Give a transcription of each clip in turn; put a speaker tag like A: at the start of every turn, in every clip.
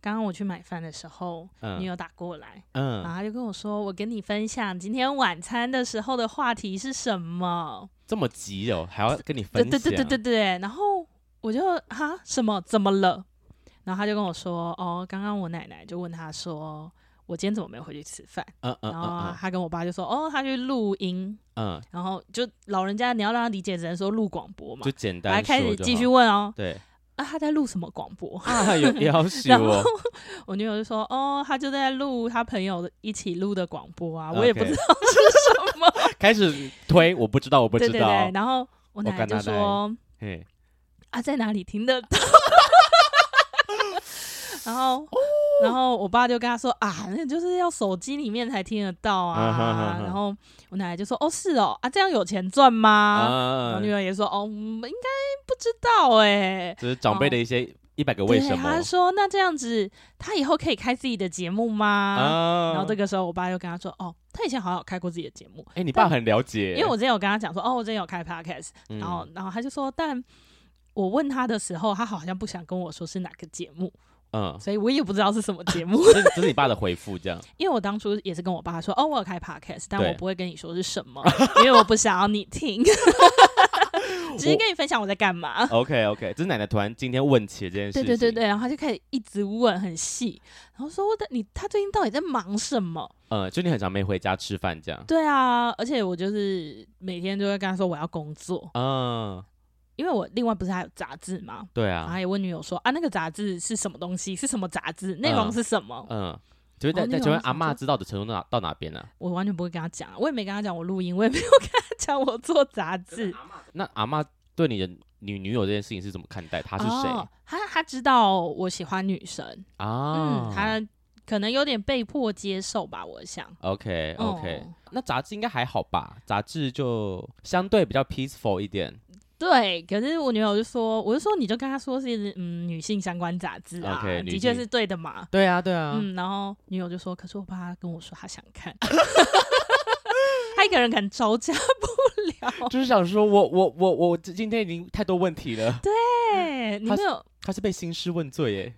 A: 刚刚我去买饭的时候，
B: 嗯
A: 你有打过来，然
B: 嗯，
A: 后他就跟我说，我跟你分享今天晚餐的时候的话题是什么？
B: 这么急哦，还要跟你分
A: 对
B: 享？
A: 对对对对对。然后我就哈什么怎么了？然后他就跟我说，哦，刚刚我奶奶就问他说，我今天怎么没有回去吃饭？
B: 嗯嗯
A: 然后
B: 嗯
A: 他跟我爸就说，哦，他去录音，
B: 嗯嗯，
A: 然后就老人家你要让他理解，只能说录广播嘛
B: 就。简
A: 然后
B: 单
A: 还开始
B: 说就
A: 继
B: 好
A: 续问哦，
B: 对
A: 啊，他在录什么广播？
B: 啊， 有要挟
A: 然
B: 我
A: 后我女友就说：“哦，他就在录他朋友的一起录的广播啊，我也不
B: OK
A: 知道是什么。
B: 开始推，我不知道，我不
A: 对
B: 知
A: 对
B: 道
A: 对，，然后我奶奶就
B: 我
A: 说
B: 跟：“嘿，
A: 啊，在哪里听得到？” 然后，
B: 哦
A: 然后我爸就跟他说：“啊，那就是要手机里面才听得到
B: 啊哈哈
A: 啊。
B: 哈”
A: 然后我奶奶就说：“哦，是哦，啊，这样有钱赚吗？”我
B: 啊
A: 女，儿也说：“哦，嗯应该不知道哎、
B: 这是长辈的一些一百个为
A: 哦对，
B: 什
A: 他
B: 么
A: 说：“那这样子，他以后可以开自己的节目吗？”
B: 啊
A: 然后这
B: 个，
A: 个时候，我爸就跟他说：“哦，他以前好像有开过自己的节目，
B: 哎，你
A: 但
B: 爸很了解，
A: 因为我之哦前有跟他讲说，哦，我之前有开 podcast，
B: 嗯，
A: 然后，然后他就说，但我问他的时候，他好像不想跟我说是哪个节目，
B: 嗯，。
A: 所以我也不知道是什么节目
B: 这这是你爸的回复，这 样，
A: 因为我当初也是跟我爸说，哦，我有开 podcast，但
B: 对
A: 我不会跟你说是什么，因为我不想要你听， 只是跟你分享我在干嘛。”
B: OK OK，这是奶奶突然今天问起了这件事
A: 对
B: 情。
A: 对对对，然后他就开始一直问很细，然后说的你他最近到底在忙什么？
B: 呃，就你很常没回家吃饭这样。
A: 对啊，而且我就是每天都会跟他说我要工作，
B: 嗯，
A: 因为我另外不是还有杂志嘛，
B: 对
A: 然后
B: 啊，
A: 也问女友说啊，那个杂志是什么东西？是什么杂志？内容是什么？
B: 嗯，就是在
A: 哦那
B: 在
A: 种
B: 请问阿
A: 想
B: 嬷
A: 说
B: 知道的程度到哪到哪边啊呢、
A: 我完全不会跟他讲，啊我也没跟他讲我录音，我也没有跟他讲我做杂志。
B: 那阿嬷对你的女女友这件事情是怎么看待？她是谁、
A: 哦他他知道我喜欢女生，
B: 啊？
A: 嗯，他可能有点被迫接受吧，我想。
B: OK OK，、
A: 哦
B: 那杂志应该还好吧？杂志就相对比较 peaceful 一点。
A: 对，可是我女友就说，我就说你就跟他说是嗯女性相关杂志啊
B: OK，女
A: 的确
B: 性
A: 是对的嘛。
B: 对啊对啊，
A: 嗯，然后女友就说，可是我爸他跟我说他想看， 他一个人可能招架不 了。
B: 就是想说我我我我今天已经太多问题 了，
A: 对，你
B: 哎他
A: 没有，
B: 她是被兴师问罪耶，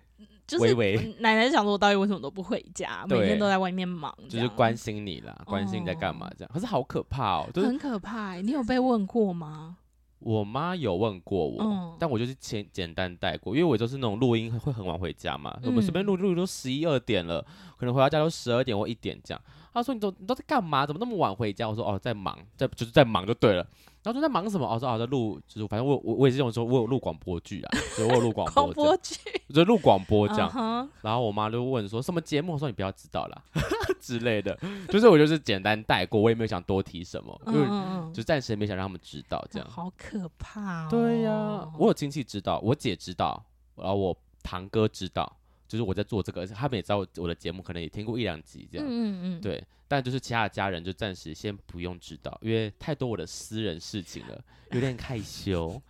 A: 就
B: 微
A: 是嗯
B: 微
A: 奶奶就想说，我到底为什么都不回家，每
B: 对
A: 天都在外面忙，
B: 就
A: 这
B: 是
A: 样
B: 关心你啦，关心你在干嘛这样。可是好可怕哦，就是
A: 很可怕欸。你有被问过吗？
B: 我妈有问过我，
A: 嗯
B: 但我就是简简单带过，因为我就是那种录音会很晚回家嘛，我们
A: 嗯
B: 随便录录一录都十一二点了，可能回到家都十二点或一点这样。她说你都你都在干嘛？怎么那么晚回家？我说哦，在忙，在就是在忙就对了。然后说在忙什么？我说哦，在录，就是反正我我我也是这种说，我有录广播剧啊，就是我有录广
A: 广
B: 播这
A: 播
B: 样，
A: 剧，
B: 我就录广播这样
A: 嗯。哼，
B: 然后我妈就问说什么节目？我说你不要知道啦 之类的，就是我就是简单带过，我也没有想多提什么，
A: 嗯
B: 因为
A: 嗯嗯
B: 就暂时也没想让他们知道
A: 嗯，
B: 这样。
A: 好可怕哦。
B: 对呀、我有亲戚知道，我姐知道，然后我堂哥知道，就是我在做这个，他们也知道我的节目，可能也听过一两集这样。
A: 嗯嗯嗯，
B: 对，但就是其他的家人就暂时先不用知道，因为太多我的私人事情了，有点害 羞。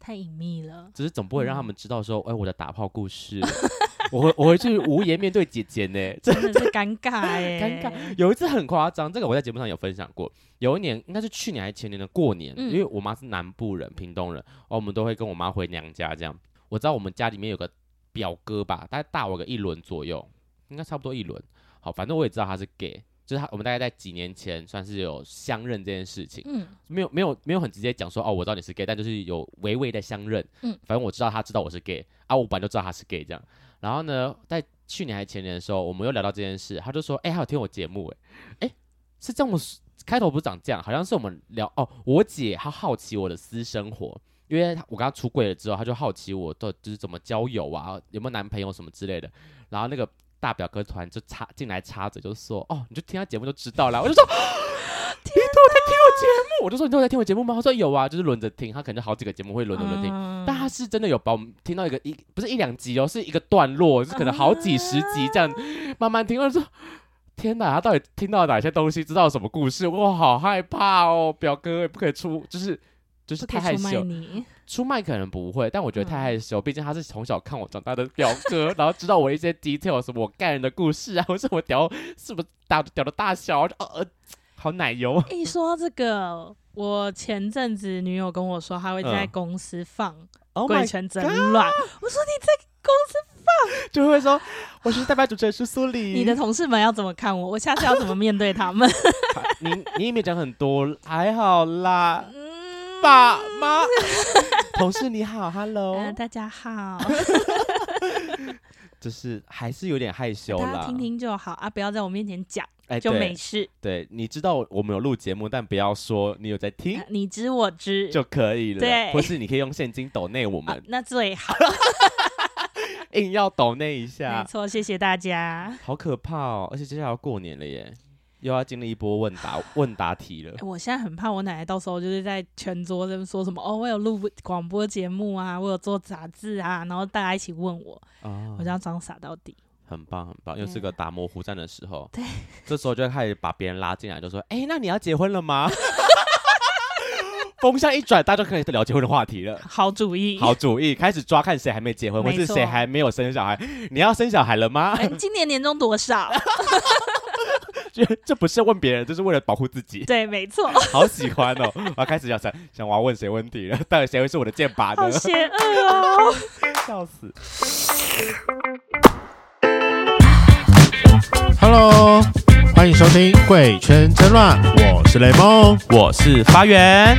A: 太隐秘了。
B: 只是总不会让他们知道
A: 嗯
B: 说，哎、我的打炮故事， 我会我会去无颜面对姐姐呢。这
A: 真的是尴尬哎，
B: 尴尬。有一次很夸张，这个我在节目上有分享过。有一年应该是去年还是前年的过年，
A: 嗯
B: 因为我妈是南部人，屏东人，哦，我们都会跟我妈回娘家这样。我知道我们家里面有个表哥吧，大概大我个一轮左右，应该差不多一轮。好，反正我也知道他是 gay，就是他我们大概在几年前算是有相认这件事情。
A: 嗯
B: 没有没有没有很直接讲说哦，我知道你是 gay，但就是有微微的相认。
A: 嗯
B: 反正我知道他知道我是 gay 啊，我本来就知道他是 gay 这样。然后呢，在去年还前年的时候，我们又聊到这件事，他就说，哎、他有听我节目、哎，哎，是这么开头不是长这样，好像是我们聊哦，我姐她好奇我的私生活。因为她我跟她出柜了之后，她就好奇我的就是怎么交友啊，有没有男朋友什么之类的。然后那个大表哥团就插进来插嘴，就说：“哦，你就听他节目就知道了。”我就说：“ 我就说你都有在听我节目吗？他说有啊，就是轮着听，他可能好几个节目会轮着轮听。
A: 嗯
B: 但他是真的有把我们听到一个一不是一两集哦，是一个段落，是可能好几十集 这样、慢慢听。我就说天哪，他到底听到哪些东西，知道什么故事？我好害怕哦，表哥不可以出，就是就是
A: 不可
B: 太
A: 以
B: 害
A: 出卖
B: 羞。
A: 你，
B: 出卖可能不会，但我觉得太
A: 嗯
B: 害羞，毕竟他是从小看我长大的表哥，然后知道我一些 detail，什么我干人的故事啊，或是我屌什么大屌的大小，呃呃，好奶油。
A: 一哎说到这个，我前阵子女友跟我说，她会在
B: 嗯
A: 公司放
B: Oh
A: 贵
B: my
A: 圈真乱。我说你在公司
B: 就会说我是代班主持人是苏里。
A: 你的同事们要怎么看我？我下次要怎么面对他们？
B: 你你也没讲很多，还好啦。
A: 嗯
B: 爸妈，同事你好
A: 呃
B: ，Hello，
A: 大家好，
B: 就是还是 有点害羞
A: 大家
B: 啦。
A: 听听就好啊，不要在我面前讲，
B: 哎，
A: 就
B: 对
A: 没事。
B: 对，你知道我们有录节目，但不要说你有在听
A: 呃你知我知，
B: 就可以了。
A: 对
B: 或是你可以用现金抖内我
A: 啊
B: 们，，
A: 那最好，
B: 硬要抖内一
A: 没
B: 下，
A: 错，谢谢大家。
B: 好可怕哦！而且接下来要过年了耶，又要经历一波问答问答题了。
A: 我现在很怕我奶奶到时候就是在全桌这边说什么哦，我有录广播节目啊，我有做杂志啊，然后大家一起问我，
B: 啊
A: 我就要装傻到底。
B: 很棒很棒，又是
A: 对啊
B: 个打模糊战的时候。
A: 对，
B: 这时候就会开始把别人拉进来，就说：“哎、那你要结婚了吗？” 风向一转，大家就开始聊结婚的话题 了。
A: 好主意，
B: 好主意，开始抓看谁还没结婚，或
A: 没
B: 是
A: 错
B: 谁还没有生小孩。你要生小孩了吗？
A: 哎，今年年终多 少？
B: 这这不是问别人，这是为了保护 自己。
A: 对，没错，
B: 好喜欢哦！我要开始要想想我要问谁问题了，到底谁会是我的箭靶
A: 好
B: 呢？
A: 邪恶哦。
B: 笑死！Hello，
C: 欢迎收听《贵圈争乱》，我是雷梦。
B: 我是发源。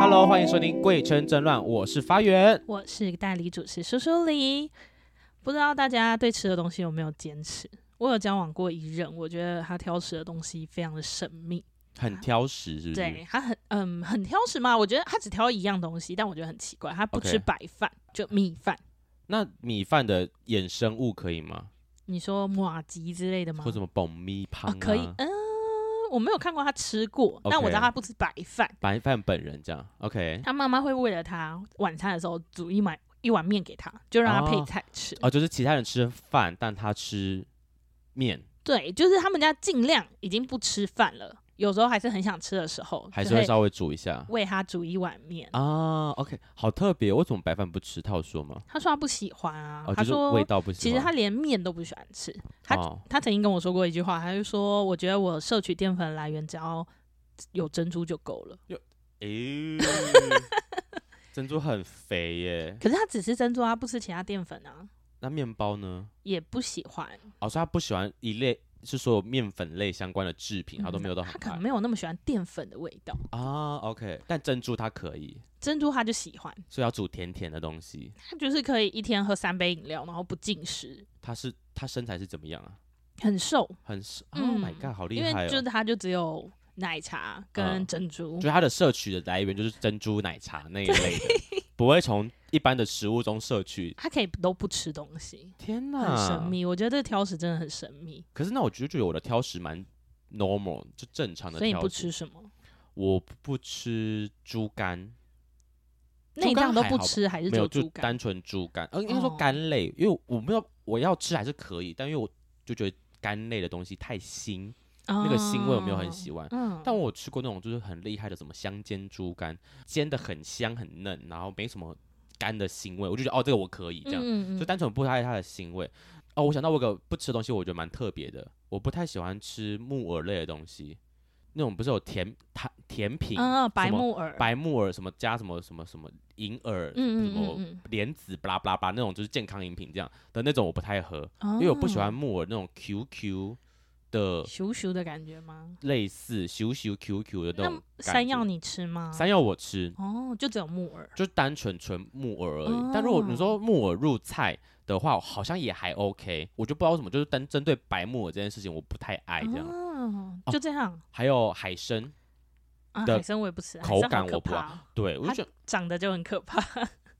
B: Hello，欢迎收听《贵圈争乱》，我是发源。
A: 我是代理主持叔叔黎，不知道大家对吃的东西有没有坚持？我有交往过一任，我觉得他挑食的东西非常的神秘，
B: 很挑食，是不是？
A: 对他很嗯很挑食嘛，我觉得他只挑一样东西，但我觉得很奇怪，他不
B: OK
A: 吃白饭就米饭。
B: 那米饭的衍生物可以吗？
A: 你说马吉之类的吗？
B: 或什么爆米
A: 啊
B: 汤、啊
A: 可以，嗯、我没有看过他吃过，但我
B: OK
A: 知道他不吃白饭。
B: 白饭本人这样，OK。
A: 他妈妈会为了他晚餐的时候煮一碗一碗面给他，就让他配
B: 哦
A: 菜吃。
B: 哦，就是其他人吃饭，但他吃面，
A: 对，就是他们家尽量已经不吃饭了，有时候还是很想吃的时候，
B: 还是
A: 就
B: 会
A: 会
B: 稍微煮一下
A: 为他煮一碗面。
B: 啊。OK，好特别，为什么白饭不吃？他有说吗？
A: 他说他不喜欢啊，
B: 哦，
A: 他
B: 就是味
A: 说
B: 道不喜
A: 其
B: 欢。
A: 实他连面都不喜欢吃。他、
B: 哦
A: 他曾经跟我说过一句话，他就说我觉得我摄取淀粉的来源只要有珍珠就够了。
B: 诶珍珠很肥耶，
A: 可是他只吃珍珠，他不吃其他淀粉啊，
B: 那面包呢？
A: 也不喜欢。
B: 哦，所以他不喜欢一类，是所有面粉类相关的制品，他都
A: 嗯
B: 没有到很
A: 他可
B: 爱
A: 能没有那么喜欢淀粉的味道，
B: 啊。OK，但珍珠他可以，
A: 珍珠他就喜欢，
B: 所以要煮甜甜的东西。
A: 他就是可以一天喝三杯饮料，然后不进食，
B: 他是他身材是怎么样啊？
A: 很瘦。
B: 很瘦、o h
A: 嗯
B: my god，好厉
A: 因
B: 害
A: 为
B: 哦！
A: 就是它就只有奶茶跟
B: 嗯
A: 珍珠，
B: 就它的摄取的来源就是珍珠奶茶那一类的， 不会从一般的食物中摄取。
A: 它可以都不吃东西，
B: 天
A: 很
B: 哪，
A: 神秘。我觉得这个挑食真的很神秘，
B: 可是那我觉得就我的挑食蛮 normal，就正常的
A: 所
B: 挑食。
A: 以你不吃什么？
B: 我不吃猪肝，
A: 内脏都
B: 还好
A: 不
B: 吧
A: 吃，还是只
B: 没有就
A: 猪肝？
B: 单纯猪肝，呃，应该说
A: 哦
B: 肝类，因为我没有我要吃还是可以，但因为我就觉得肝类的东西太腥，那个腥味我没有很喜欢。
A: 啊嗯，
B: 但我有吃过那种就是很厉害的，什么香煎猪肝，煎的很香很嫩，然后没什么肝的腥味，我就觉得哦，这个我可以这样，
A: 嗯嗯
B: 就
A: 嗯
B: 单纯不太爱它的腥味。哦，我想到我有个不吃的东西，我觉得蛮特别的，我不太喜欢吃木耳类的东西，那种不是有甜糖甜品，
A: 嗯，白
B: 什么
A: 木耳，
B: 白木耳什么加什么什么什么银耳，
A: 嗯嗯嗯
B: 什么
A: 嗯
B: 莲子巴拉巴拉巴拉那种就是健康饮品这样的那种我不太喝，
A: 嗯，
B: 因为我不喜欢
A: 哦
B: 木耳那种 QQ 的
A: 熟熟的感觉吗？
B: 类似咻咻 QQ 的那
A: 那
B: 种感觉。
A: 山药你吃吗？
B: 山药我吃，
A: 哦，就只有木耳，
B: 就单纯纯木耳而已。
A: 哦
B: 但如果你说木耳入菜的话，好像也还 OK。我就不知道为什么，就是单针对白木耳这件事情，我不太爱这样。
A: 哦，
B: 哦
A: 就这样。
B: 还有海参，
A: 啊，
B: 的
A: 海参我也不吃，海
B: 口
A: 参好
B: 感
A: 可
B: 我不
A: 怕
B: 爱
A: 哦，
B: 对我就
A: 它
B: 觉得
A: 长得就很可 怕。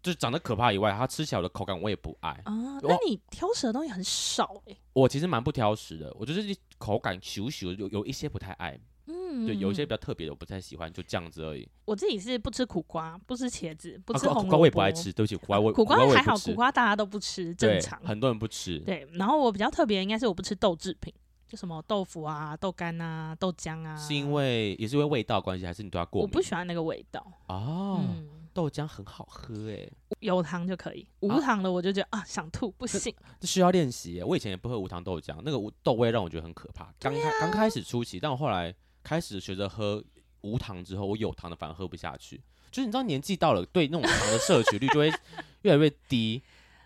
B: 就是长得可怕以外，它吃起来我的口感我也不爱。
A: 啊，
B: 我
A: 那你挑食的东西很少哎、欸。
B: 我其实蛮不挑食的，我就是口感咻咻，有有一些不太爱，
A: 嗯，
B: 对，有一些
A: 嗯
B: 比较特别的我不太喜欢，就这样子而已。
A: 我自己是不吃苦瓜，不吃茄子，不
B: 啊
A: 吃
B: 苦
A: 红萝
B: 苦瓜
A: 卜。啊
B: 我也不爱吃，对不起，苦瓜我
A: 苦瓜
B: 我也
A: 还
B: 不
A: 好，
B: 吃
A: 苦瓜大家都不吃，正
B: 对
A: 常。
B: 很多人不吃。
A: 对，然后我比较特别，应该是我不吃豆制品，就什么豆腐啊、豆干啊、豆浆啊。
B: 是因为也是因为味道关系，还是你对它过
A: 我
B: 敏？
A: 不喜欢那个味道。
B: 哦，
A: 嗯，
B: 豆浆很好喝哎，
A: 有糖就可以，
B: 啊
A: 无糖的我就觉得啊想吐，不行。
B: 这需要练习耶。我以前也不喝无糖豆浆，那个无豆味让我觉得很可怕。刚开、刚开始初期，但我后来开始学着喝无糖之后，我有糖的反而喝不下去。就是你知道年纪到了，对那种糖的摄取率就会 越来越低。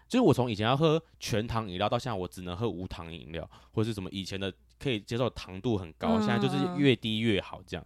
B: 就是我从以前要喝全糖饮料，到现在我只能喝无糖饮料，或者是什么以前的可以接受糖度很高，现在就是
A: 嗯
B: 越低越好这样。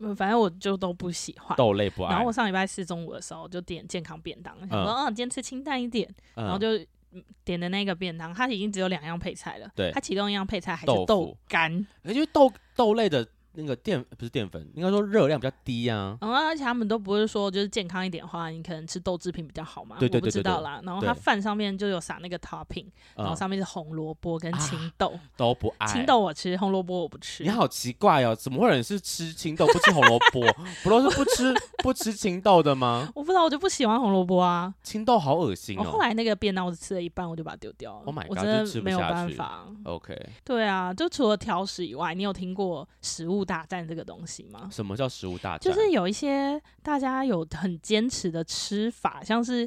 A: 嗯反正我就都不喜欢。
B: 豆类不爱，
A: 啊然后我上礼拜四中午的时候就点健康便当，想说嗯、今天吃清淡一点，
B: 嗯
A: 然后就嗯点的那个便当，它已经只有两样配菜了，
B: 对
A: 它其中一样配菜还
B: 豆腐
A: 是豆干，
B: 欸因为豆豆类的那个淀不是淀粉，应该说热量比较低啊。
A: 然后而且他们都不是说就是健康一点的话，你可能吃豆制品比较好嘛，
B: 对对
A: 我不
B: 对
A: 知
B: 对对
A: 道啦。然后它
B: 对
A: 饭上面就有撒那个 topping，然后
B: 嗯，
A: 上面是红萝卜跟
B: 啊
A: 青豆，
B: 都不爱。
A: 青豆我吃，红萝卜我不吃
B: 你。好奇怪哦，怎么会有人是吃青豆不吃红萝卜？ 不都是不吃不吃青豆的吗？
A: 我不知道，我就不喜欢红萝卜啊。
B: 青豆好恶心
A: 我后
B: 哦。
A: 来那个便当我只吃了一半，我就把它丢掉了。
B: Oh my
A: 我
B: god，
A: 真
B: 就吃
A: 的
B: 不
A: 没有
B: 下
A: 办
B: 去
A: 法。
B: OK，
A: 对啊，就除了挑食以外，你有听过食物大战这个东西吗？
B: 什么叫食物大战？
A: 就是有一些大家有很坚持的吃法，像是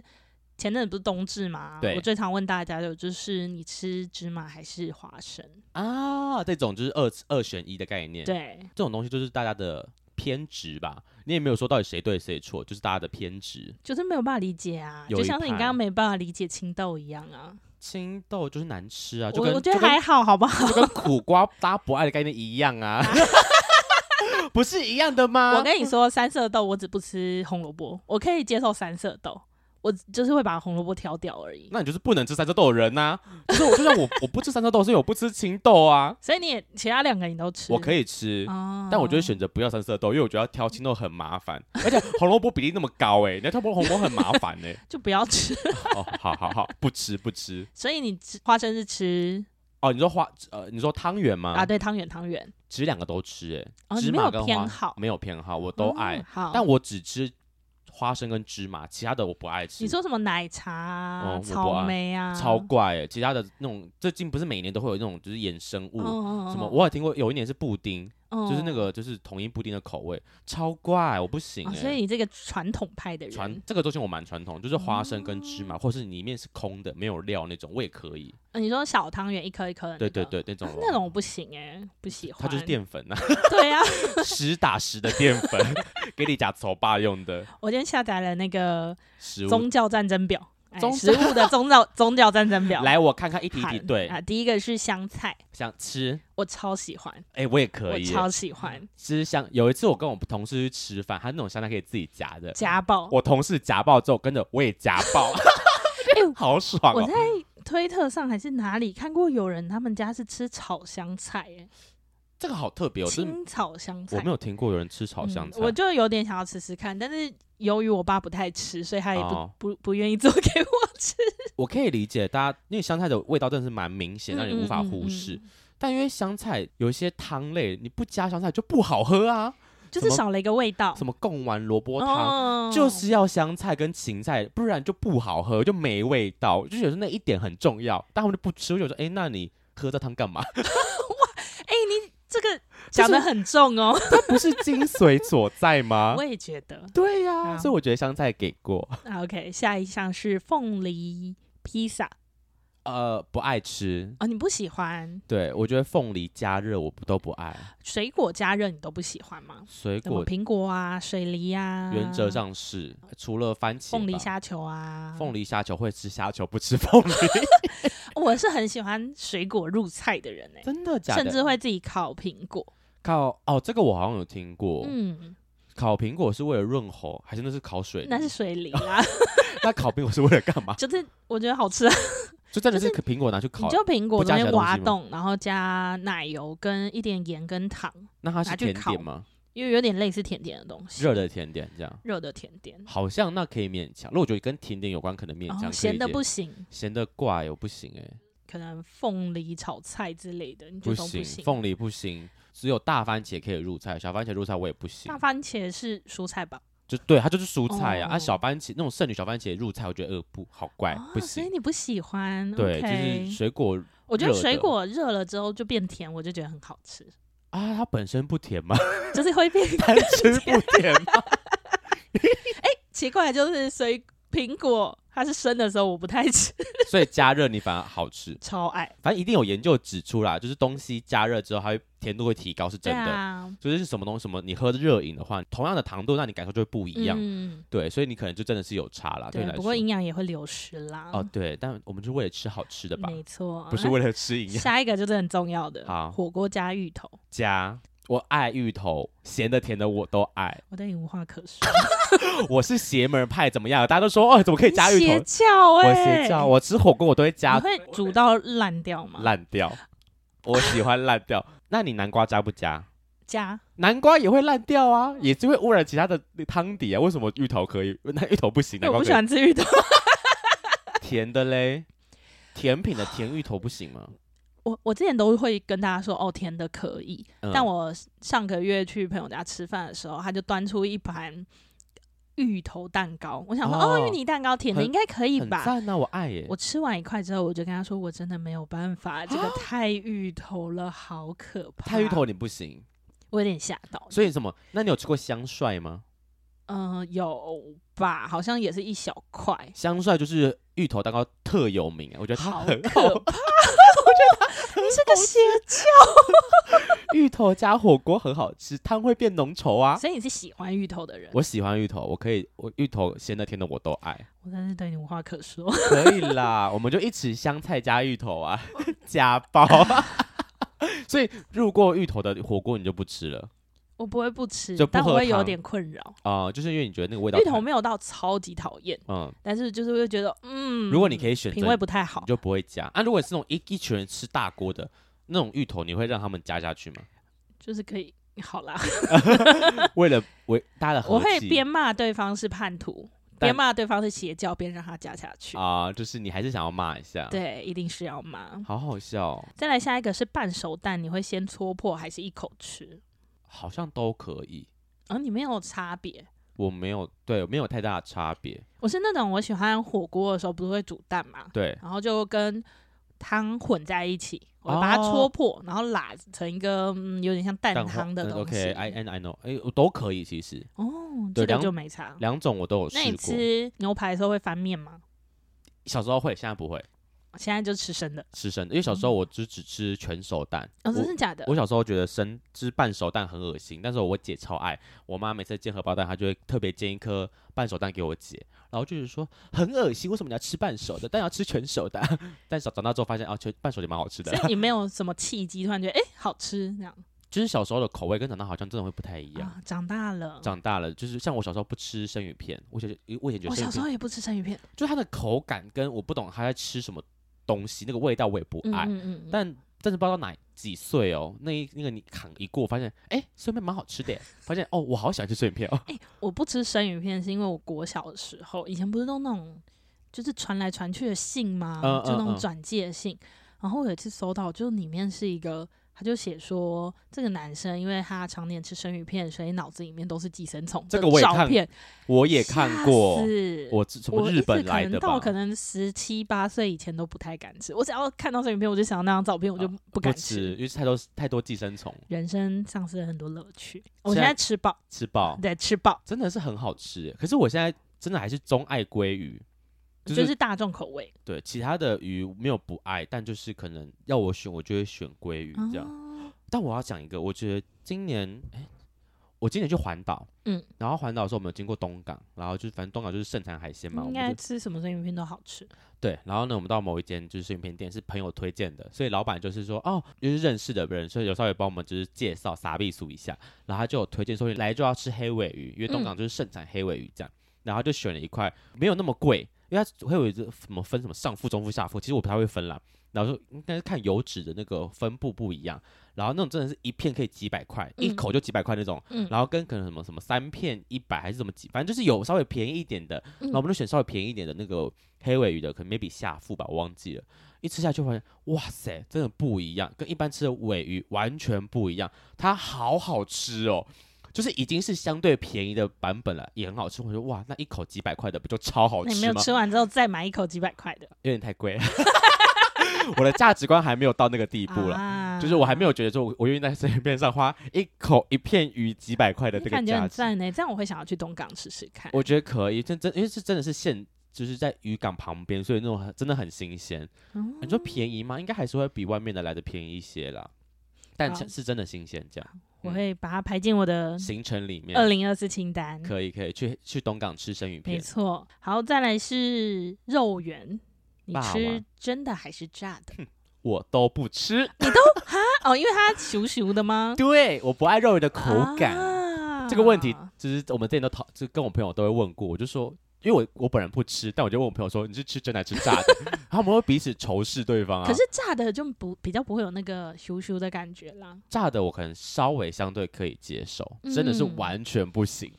A: 前阵子不是冬至吗？
B: 对
A: 我最常问大家的就是你吃芝麻还是花生？
B: 啊，这种就是二二选一的概念。，
A: 对，
B: 这种东西就是大家的偏执吧。你也没有说到底谁对谁错，就是大家的偏执。
A: 就是没有办法理解啊，
B: 有
A: 就
B: 一
A: 像是你
B: 派
A: 刚刚没办法理解青豆一样啊。
B: 青豆就是难吃啊，就
A: 我
B: 跟
A: 我觉得
B: 就跟
A: 还好，好不好？
B: 就跟苦瓜大家不爱的概念一 样啊，不是一样的吗？
A: 我跟你说，三色豆我只不吃红萝卜，我可以接受三色豆，我就是会把红萝卜挑掉而已。
B: 那你就是不能吃三色豆的人呐、就是我就像我我不吃三色豆，是因为我不吃青豆啊，
A: 所以你也其他两个你都吃，
B: 我可
A: 以，
B: 以吃。
A: 哦、
B: 但我就会选择不要三色豆，因为我觉得要挑青豆很麻烦，而且红萝卜比例那么高哎、你要挑红萝卜很麻烦哎、
A: 就不要吃。
B: 哦，好好好，不吃不吃。
A: 所以你吃花生是吃
B: 哦，你说花呃，你说汤圆吗？
A: 啊？对，汤圆汤圆。
B: 其实两个都吃哎、
A: 哦你
B: 芝
A: 没
B: 麻
A: 有
B: 跟花
A: 偏好
B: 没有偏好，我都爱，
A: 哦好，
B: 但我只吃花生跟芝麻，其他的我不爱吃。
A: 你说什么奶茶、啊
B: 哦我、不
A: 草
B: 爱
A: 莓啊，
B: 超怪欸，其他的那种最近不是每年都会有那种就是衍生物，
A: 什
B: 什么我有听过有一年是布丁，就是那
A: 哦
B: 个就是统一布丁的口味，超怪，我不行哎、
A: 所以你这个传统派的人，哦
B: 传这个东西我蛮传统，就是花生跟芝麻，或是里面是空的没有料那种，我也可以。
A: 呃你说小汤圆一颗一颗的、那
B: 对
A: 个，
B: 对对，那种
A: 啊， 那种我不行哎、不喜欢。
B: 它就是淀粉啊，
A: 对啊，
B: 实打实的淀粉， 给你夹丑爸用的
A: 我今天下载了那个
B: 食物。
A: 宗教战争表，哎
B: 宗
A: 食物的宗 教宗教战争表。
B: 来，我看看一题一
A: 喊
B: 题，对，
A: 啊，第一个是香菜，
B: 想吃，
A: 我超喜欢，
B: 哎，我也可
A: 我
B: 以欸
A: 超喜欢，
B: 吃香。有一次我跟我同事去吃饭，他那种香菜可以自己夹的，
A: 家暴。
B: 我同事夹爆之后，跟着我也夹 爆， 好爽
A: 哎我
B: 哦
A: 在！推特上还是哪里看过有人他们家是吃炒香菜、欸，
B: 这个好特别，我真
A: 青草香菜，
B: 我没有听过有人吃炒香菜
A: 嗯。我就有点想要吃吃看，但是由于我爸不太吃，所以他也不、
B: 哦
A: 不不愿意做 给我吃。
B: 我可以理解大家，因为香菜的味道真的是蛮明显，让你无法忽视。
A: 嗯嗯
B: 但因为香菜有一些汤类，你不加香菜就不好喝啊，
A: 就是
B: 什么
A: 少了一个味道。
B: 什么贡丸萝卜汤。
A: 哦
B: 就是要香菜跟芹菜，不然就不好喝，就没味道。我就觉得那一点很重要，但他们就不吃。我就说，哎、那你喝这汤干 嘛？
A: 这个讲的很重哦，
B: 这不是精髓所 在吗
A: 我？也觉得。
B: 对呀、
A: 好
B: 所以我觉得香菜给过。
A: 啊 OK，下一项是凤梨披萨
B: 呃，不爱吃。
A: 啊，你不喜欢
B: 对，我觉得凤梨加热我不都不爱，
A: 水果加热，你都不喜欢吗？
B: 水
A: 什么
B: 果
A: 苹果啊，水梨啊，
B: 原则上是除了番茄吧，
A: 凤梨虾球啊，
B: 凤梨虾球会吃虾球，不吃凤 梨，
A: 哦我是很喜欢水果入菜的人哎、
B: 真的假的？
A: 甚至会自己烤苹果。
B: 烤哦，这个我好像有听过，
A: 嗯，
B: 烤苹果是为了润喉，还是那是烤水
A: 那
B: 梨
A: 是？水梨啦，？
B: 那烤苹果是为了干嘛
A: 就是我觉得好吃啊
B: 就真的是苹果拿去
A: 你
B: 烤，
A: 就苹果
B: 不加
A: 中间
B: 其他东
A: 挖
B: 西吗
A: 洞，然后加奶油跟一点盐跟糖，
B: 那它是
A: 拿去
B: 甜
A: 烤
B: 点吗？
A: 因为有点类似甜点的东西，
B: 热的甜点这样，
A: 热的甜点，
B: 好像那可以勉强。如果我觉得跟甜点有关，可能勉
A: 然
B: 强可
A: 后
B: 以
A: 哦咸的
B: 接
A: 不行，
B: 咸的怪我不行哎、
A: 可能凤梨炒菜之类的，你就
B: 不
A: 都
B: 行，
A: 行。
B: 凤梨不行，只有大番茄可以入菜，小番茄入菜我也不行
A: 大。番茄是蔬菜吧？
B: 就对，它就是蔬菜呀、啊，
A: 哦
B: 小番茄那种剩女小番茄入菜，我觉得呃不好怪，
A: 啊
B: 不
A: 所以
B: 行。
A: 你不喜欢？
B: 对，
A: 嗯
B: 就
A: OK
B: 是水果
A: 我觉得
B: 热的
A: 水果热了之后就变甜，我就觉得很好吃，
B: 啊，它本身不甜吗？
A: 就是会变
B: 单吃不甜 吗？
A: 奇怪，就是水苹果它是生的时候我不太吃，
B: 所以加热你反而好吃。
A: 超爱。
B: 反正一定有研究指出啦，就是东西加热之后，它会甜度会提高，是真
A: 对
B: 的。
A: 啊，
B: 所以是什么东西？什么？你喝热饮的话，同样的糖度，那你感受就会不一样。
A: 嗯、
B: 对，所以你可能就真的是有差啦。啊对
A: 对
B: 你，来
A: 不过
B: 说，
A: 营养也会流失啦。
B: 哦，对，但我们就为了吃好吃的吧，
A: 没啊错，
B: 不是为了吃 营养。
A: 下一个就是很重要的，
B: 好
A: 火锅加芋头，
B: 加，我爱芋头，咸的甜的我都爱。
A: 我对你无话可说，
B: 我是邪门派，怎么样？大家都说哦，怎么可以 加芋
A: 你邪
B: 头？
A: 教哎、
B: 我邪教，我吃火锅我都会
A: 你
B: 加
A: 会煮到烂掉吗？
B: 烂 掉，我喜欢烂掉。那你南瓜加不加？
A: 加，
B: 南瓜也会烂掉啊，也是会污染其他的汤底啊。为什么芋头可以，那芋头不行？
A: 因为
B: 南
A: 我
B: 瓜
A: 不
B: 可
A: 喜
B: 以
A: 欢吃芋头，
B: 甜的嘞，甜品的甜芋头不行吗？
A: 我我之前都会跟大家说哦，甜的可以，
B: 嗯
A: 但我上个月去朋友家吃饭的时候，他就端出一盘芋头蛋糕，我想说
B: 哦
A: 哦，芋泥蛋糕甜的
B: 很
A: 应该可以
B: 很
A: 吧。
B: 赞啊，我爱耶。
A: 我吃完一块之后，我就跟他说：“我真的没有办法，这个太芋头了，好可怕！
B: 啊太芋头，你不行，
A: 我有点吓到。
B: 所以什么？那你有吃过香帅吗？
A: 嗯、有吧？好像也是一小块，
B: 香帅就是芋头蛋糕特有名啊，我觉得它
A: 好
B: 很
A: 可怕！你这个邪教，
B: 芋头加火锅很好吃，汤会变浓稠啊。
A: 所以你是喜欢芋头的人，
B: 我喜欢芋头，我可以，我芋头咸的甜的我都爱，
A: 我真是对你无话可说。
B: 可以啦，我们就一起香菜加芋 头啊，加包。 所以入过芋头的火锅你就不吃了
A: 我不会不吃，
B: 就不
A: 但我
B: 喝
A: 会有
B: 汤
A: 点困扰。
B: 啊、就是因为你觉得那个味道
A: 芋
B: 太
A: 头没有到超级讨厌，
B: 嗯，
A: 但是就是会觉得，嗯，
B: 如果你可以选择，
A: 品味不太好
B: 你，就不会加。啊，如果是那种一一群人吃大锅的那种芋头，你会让他们加下 去吗？
A: 就是可以好啦，
B: 为了为大家的和
A: 我会
B: 气
A: 边骂对方是叛徒，
B: 但
A: 边骂对方是邪教，边让他加下去。
B: 啊、就是你还是想要骂一下，，
A: 对，一定是要骂。
B: 好好笑哦、
A: 再来下一个是半熟蛋，你会先戳破还是一口吃？
B: 好像都可以，
A: 而、你没有差别。
B: 我没有对没有太大的差别，
A: 我是那种我喜欢火锅的时候不是会煮蛋嘛，
B: 对，
A: 然后就跟汤混在一起，我把它戳破，然后拉成一个、嗯、有点像蛋
B: 蛋
A: 汤的东西。
B: OK，I and I 嗯 know，哎、我都可以，其实
A: 哦，这
B: 对
A: 个
B: 两
A: 就没差。
B: 两种我都有试
A: 那你
B: 过。
A: 吃牛排的时候会翻面吗？
B: 小时候会，现在不会
A: 现在就吃生的，
B: 吃生的，因为小时候我就只吃全熟蛋。
A: 嗯哦，真
B: 我
A: 是假的？
B: 我小时候觉得生吃半熟蛋很恶心，但是我姐超爱，我妈每次煎荷包蛋，她就会特别煎一颗半熟蛋给我姐，然后就是说很恶心，为什么你要吃半熟的？但要吃全熟的。 但长长大之后发现啊，全半熟也蛮好吃的
A: 所，以你没有什么契机，突然觉得哎、诶好吃这样
B: 就是小时候的口味跟长大好像真的会不太一样。
A: 啊，长大了。
B: 长大了，就是像我小时候不吃生鱼片，我小时候我以前觉
A: 我
B: 得
A: 小
B: 生鱼
A: 时
B: 片
A: 候也不吃生鱼片，
B: 就是它的口感跟我不懂它在吃什么东西，那个味道我也不
A: 嗯
B: 爱。
A: 嗯嗯嗯，
B: 但但是不知道到哪几岁哦，那一那个你扛一过，发现哎，生鱼片蛮好吃的耶，发现哦，我好喜欢吃生鱼片哦。
A: 我不吃生鱼片是因为我国小的时候，以前不是都那种就是传来传去的信吗？
B: 嗯
A: 就那
B: 嗯
A: 种
B: 嗯
A: 转借信。然后我有一次收到，就里面是一个，他就写说这个男生因为他常年吃生鱼片，所以脑子里面都是寄生虫。
B: 这个我也
A: 照
B: 看
A: 片
B: 我也看过
A: 吓，死
B: 我自什
A: 我
B: 么
A: 一
B: 日
A: 直
B: 本来的
A: 可能到
B: 吧，
A: 可能十七八岁以前都不太敢吃，我只要看到这影片，我就想到那张照片，我就不
B: 啊不
A: 敢
B: 吃，因为太多太多寄生虫，
A: 人生丧失了很多乐趣。我
B: 现
A: 现
B: 在
A: 在吃饱，
B: 吃爆
A: 对，吃饱
B: 真的是很好吃耶。可是我现在真的还是钟爱鲑鱼，就
A: 就是是大众口味。
B: 对其他的鱼没有不爱，但就是可能要我选，我就会选鲑鱼这样。
A: 哦
B: 但我要讲一个，我觉得今年，哎，我今年去环岛，
A: 嗯，
B: 然后环岛的时候我们有经过东港，然后就是反正东港就是盛产海鲜嘛，我
A: 应
B: 们
A: 该
B: 就
A: 吃什么生鱼片都好吃。
B: 对，然后呢，我们到某一间就是生鱼片店，是朋友推荐的，所以老板就是说，哦，就是认识的人，所以有稍微帮我们就是介绍撒避俗一下，然后他就有推荐说，来就要吃黑尾鱼，因为
A: 嗯
B: 东港就是盛产黑尾鱼这样，然后他就选了一块没有那么贵，因为它黑尾鱼是什么分什么上腹、中腹、下腹，其实我不太会分啦，然后就应该是看油脂的那个分布不一样，然后那种真的是一片可以几百块，一
A: 嗯
B: 口就几百块那种，
A: 嗯
B: 然后跟可能什么什么三片一百还是什么几，反正就是有稍微便宜一点的，然后我们就选稍微便宜一点的那个黑尾鱼的，可能 maybe 下腹吧，我忘记了。一吃下去发现，哇塞，真的不一样，跟一般吃的尾鱼完全不一样，它好好吃哦。就是已经是相对便宜的版本了，也很好吃。我说哇，那一口几百块的不就超好
A: 那你
B: 吃
A: 没有
B: 吗？
A: 吃完之后再买一口几百块的，
B: 有点太贵了， 我的价值观还没有到那个地步了。
A: 啊
B: 就是我还没有觉得说我，我愿意在生鱼片上花一口一片鱼几百块的
A: 你
B: 这个
A: 感觉
B: 价
A: 很
B: 值，
A: 赞呢，这样我会想要去东港试试看。
B: 我觉得可以。真真，因为是真的是现，就是在渔港旁边，所以那种很真的很新鲜。
A: 嗯
B: 你说便宜吗？应该还是会比外面的来的便宜一些啦。但
A: 好嗯
B: 是是真的新鲜，这样
A: 我会把它排进我的
B: 行程里面
A: 二零二四清单。
B: 可以可以去去东港吃生
A: 呃
B: 鱼
A: 没
B: 片，
A: 错，好，再来是肉圆，你
B: 霸
A: 吃
B: 王
A: 真的还是炸的？
B: 我都不吃，
A: 哦，因为它熟熟的吗？
B: 对，我不爱肉圆的 口感。
A: 啊
B: 这个问题就是我们之前都讨，就跟我朋友都会问过，我就说，因为我我本人不吃，但我就问我朋友说，你是吃真的还是吃炸的？ 然后我们会彼此仇视对方啊。
A: 可是炸的就不比较不会有那个熟熟的感觉啦。
B: 炸的我可能稍微相对可以接受，真的是
A: 嗯
B: 完全不行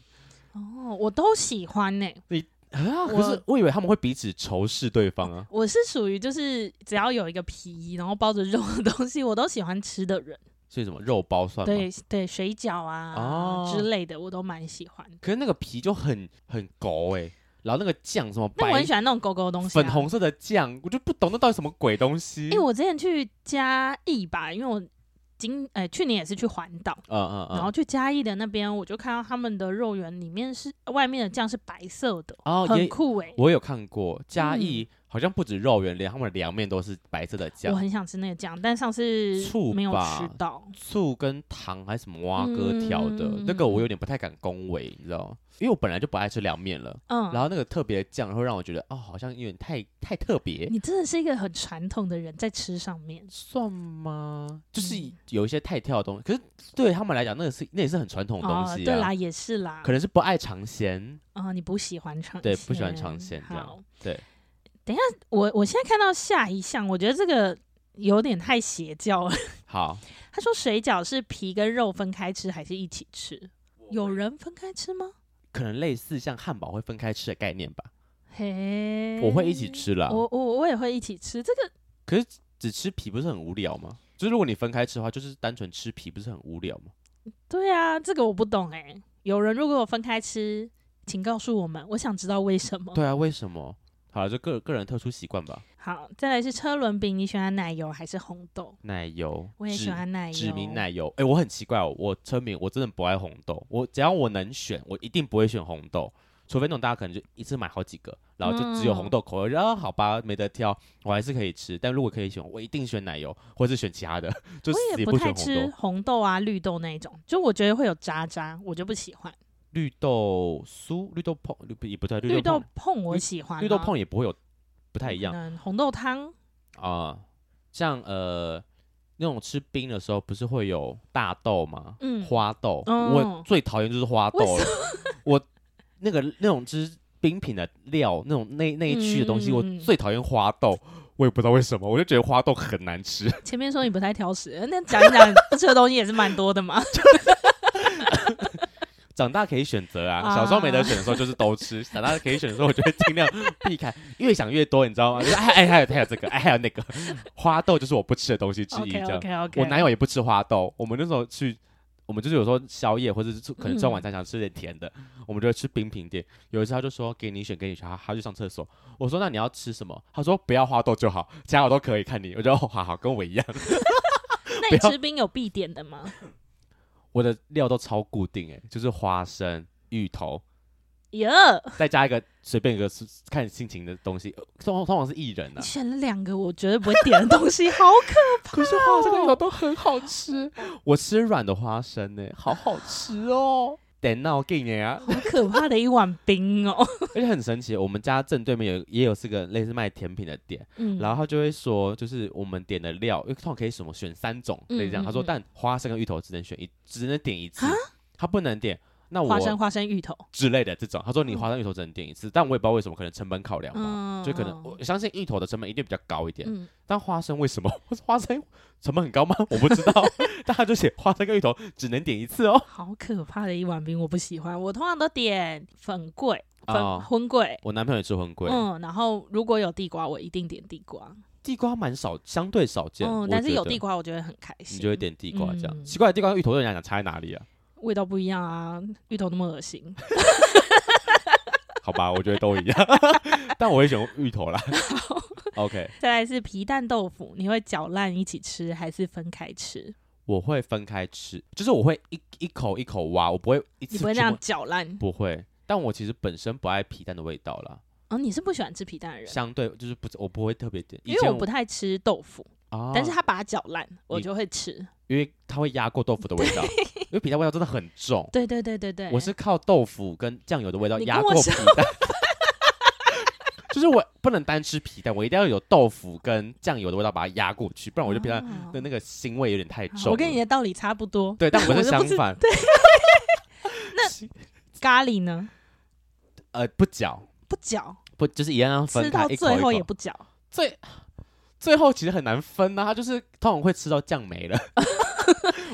A: 哦，我都喜欢欸呢、
B: 啊！
A: 我
B: 可是我以为他们会彼此仇视对方啊。
A: 我是属于就是只要有一个皮，然后包着肉的东西，我都喜欢吃的 人。
B: 所以什么肉包算吗？
A: 对对，水饺啊、
B: 哦
A: 之类的，我都蛮喜欢。
B: 可是那个皮就很很狗哎、然后那个酱什么
A: 但我
B: 白
A: 很喜欢那种狗狗的东西、啊，
B: 粉红色的酱，我就不懂那到底什么鬼东西。
A: 因为我之前去嘉义吧，因为我今呃去年也是去环岛，
B: 嗯嗯嗯，
A: 然后去嘉义的那边，我就看到他们的肉圆里面是外面的酱是白色的，
B: 哦
A: 很
B: 也
A: 酷哎、
B: 我有看过嘉义，好像不止肉圆，连他们的凉面都是白色的
A: 我
B: 酱，
A: 很想吃那个酱，但上次
B: 醋
A: 没有
B: 吧
A: 吃到。
B: 醋跟糖还是什么蛙哥调的，
A: 嗯
B: 那个我有点不太敢恭维，你知道吗？因为我本来就不爱吃凉面了，
A: 嗯，
B: 然后那个特别酱会让我觉得哦，好像有点太太特别，
A: 你真的是一个很传统的人，在吃上面。
B: 算吗？就是
A: 嗯
B: 有一些太跳的东西，可是对他们来讲，那个是那也是很传统的东
A: 哦，
B: 西
A: 对
B: 啊，
A: 啦，也是啦。
B: 可能是不爱尝鲜，
A: 啊、你不喜欢尝
B: 对不喜欢尝鲜这样
A: 好，
B: 对。
A: 等一下，我我现在看到下一项，我觉得这个有点太邪教了。
B: 好，
A: 他说水饺是皮跟肉分开吃，还是一起吃？有人分开吃吗？
B: 可能类似像汉堡会分开吃的概念吧，
A: 嘿，
B: 我会一起。吃啊啦，
A: 我我我也会一起吃这个，
B: 只吃皮不是很无聊吗？就是如果你分开吃的话，就是单纯吃皮不是很无聊吗？
A: 对啊，这个我不懂哎、有人如果有分开吃，请告诉我们，我想知道为什么。
B: 对啊，为什么？好了，就个个人特殊习惯吧。
A: 好，再来是车轮饼，你喜欢奶油还是红豆？
B: 奶油，
A: 我也喜欢奶油，
B: 指。指明奶油，哎、我很奇怪、哦，我车名我真的不爱红豆，我只要我能选，我一定不会选红豆，除非那种大家可能就一次买好几个，然后就
A: 嗯
B: 只有红豆口味，然后、啊、好吧，没得挑，我还是可以吃。但如果可以选，我一定选奶油，或是选其他的，就
A: 我
B: 死
A: 也
B: 不
A: 太
B: 选红
A: 吃
B: 豆。
A: 红豆啊、绿豆那一种，就我觉得会有渣渣，我就不喜欢。
B: 绿豆酥、绿豆碰，绿不也不对，
A: 绿
B: 豆
A: 豆
B: 碰
A: 碰我喜欢、啊，
B: 绿豆碰也不会有不太一样。
A: 嗯，红豆汤
B: 啊、像呃那种吃冰的时候，不是会有大豆吗？
A: 嗯
B: 花豆，
A: 哦
B: 我最讨厌就是花豆了。 我那个那种就是冰品的料，那种那那一区的东西，
A: 嗯嗯嗯
B: 我最讨厌花豆。我也不知道为什么，我就觉得花豆很难吃。
A: 前面说你不太挑食，那讲一 讲不吃的东西也是蛮多的嘛。
B: 长大可以选择啊，小时候没得选的时候就是 都吃，长大可以选的时候，我就会尽量避开，越想越多，你知道吗？就是哎哎还有还有这个，哎还有那个，花豆就是我不吃的东西之一，这
A: OK
B: 样。
A: OK OK，
B: 我男友也不吃花豆，我们那时候去，我们就是有时候宵夜或者是吃可能吃完晚餐想吃点甜的，我们就会吃冰品店。有一次他就说给你选，给你选，他他去上厕所，我说那你要吃什么？他说不要花豆就好，其他我都可以，看你。我就哦好好跟我一样，
A: 那你
B: 不要
A: 吃冰有必点的吗？
B: 我的料都超固定诶、就是花生、芋头，
A: 耶、
B: 再加一个随便一个是看心情的东西，呃通通常是薏仁
A: 你
B: 啊。
A: 选了两个我绝对不会点的东西，好可
B: 可是花生跟芋头都很好吃，我吃软的花生呢、好好吃哦。等闹给你啊！
A: 好可怕的一碗冰哦。
B: 而且很神奇，我们家正对面有也有是个类似卖甜品的店，
A: 嗯，
B: 然后他就会说，就是我们点的料，因为通常可以什么选三种
A: 嗯
B: 类似这
A: 嗯
B: 样。他说，
A: 嗯
B: 但花生跟芋头只能选一，只能点一次
A: 啊，
B: 他不能点。那
A: 花生
B: 我
A: 花生芋头，
B: 之类的这种，他说你花生芋头只能点一次，但我也不知道为什么，可能成本考量嘛，
A: 嗯，
B: 就可能我相信芋头的成本一定比较高一点，
A: 嗯，
B: 但花生为什么 花生成本很高吗？ 我不知道，但他就写花生跟芋头只能点一次哦。
A: 好可怕的一碗冰，我不喜欢。我通常都点粉桂、粉
B: 哦
A: 荤桂，
B: 我男朋友也吃很贵，
A: 嗯，然后如果有地瓜，我一定点地瓜。
B: 地瓜蛮少，相对少见，
A: 嗯
B: 我，
A: 但是
B: 觉
A: 有
B: 得
A: 地瓜，我觉得很开心。
B: 你就会点地瓜这样。
A: 嗯
B: 奇怪，地瓜跟芋头对人家讲差在哪里啊？
A: 味道不一样啊，芋头那么恶心。
B: 好吧，我觉得都一样， 但我会选芋头 啦。OK，
A: 再来是皮蛋豆腐，你会搅烂一起吃还是分开吃？
B: 我会分开吃，就是我会一一口一口挖，我不会一次
A: 你不会
B: 全部
A: 那样搅烂
B: 不会。但我其实本身不爱皮蛋的味道啦，
A: 哦？你是不喜欢吃皮蛋的人，
B: 相对就是不我不会特别点，以
A: 因为
B: 前
A: 我不太吃豆腐，
B: 啊，
A: 但是他把它搅烂，我
B: 你
A: 就会吃。
B: 因为它会压过豆腐的味道，因为皮蛋味道真的很重。
A: 对对对对对，
B: 我是靠豆腐跟酱油的味道
A: 哎你
B: 压
A: 跟我
B: 过皮
A: 相
B: 蛋， 就是我不能单吃皮蛋，我一定要有豆腐跟酱油的味道把它压过去，不然我就皮蛋
A: 哦
B: 的那个腥味有点太重了。
A: 我跟你的道理差不多。
B: 对，但我
A: 我的
B: 们是
A: 不
B: 相
A: 是
B: 反，
A: 咖喱呢，
B: 呃，不嚼，
A: 不搅，
B: 不就是一样要分
A: 吃
B: 开
A: 到
B: 一口
A: 最
B: 一
A: 后
B: 口
A: 也不搅。
B: 最最后其实很难分啊呐、它就是通常会吃到酱没了。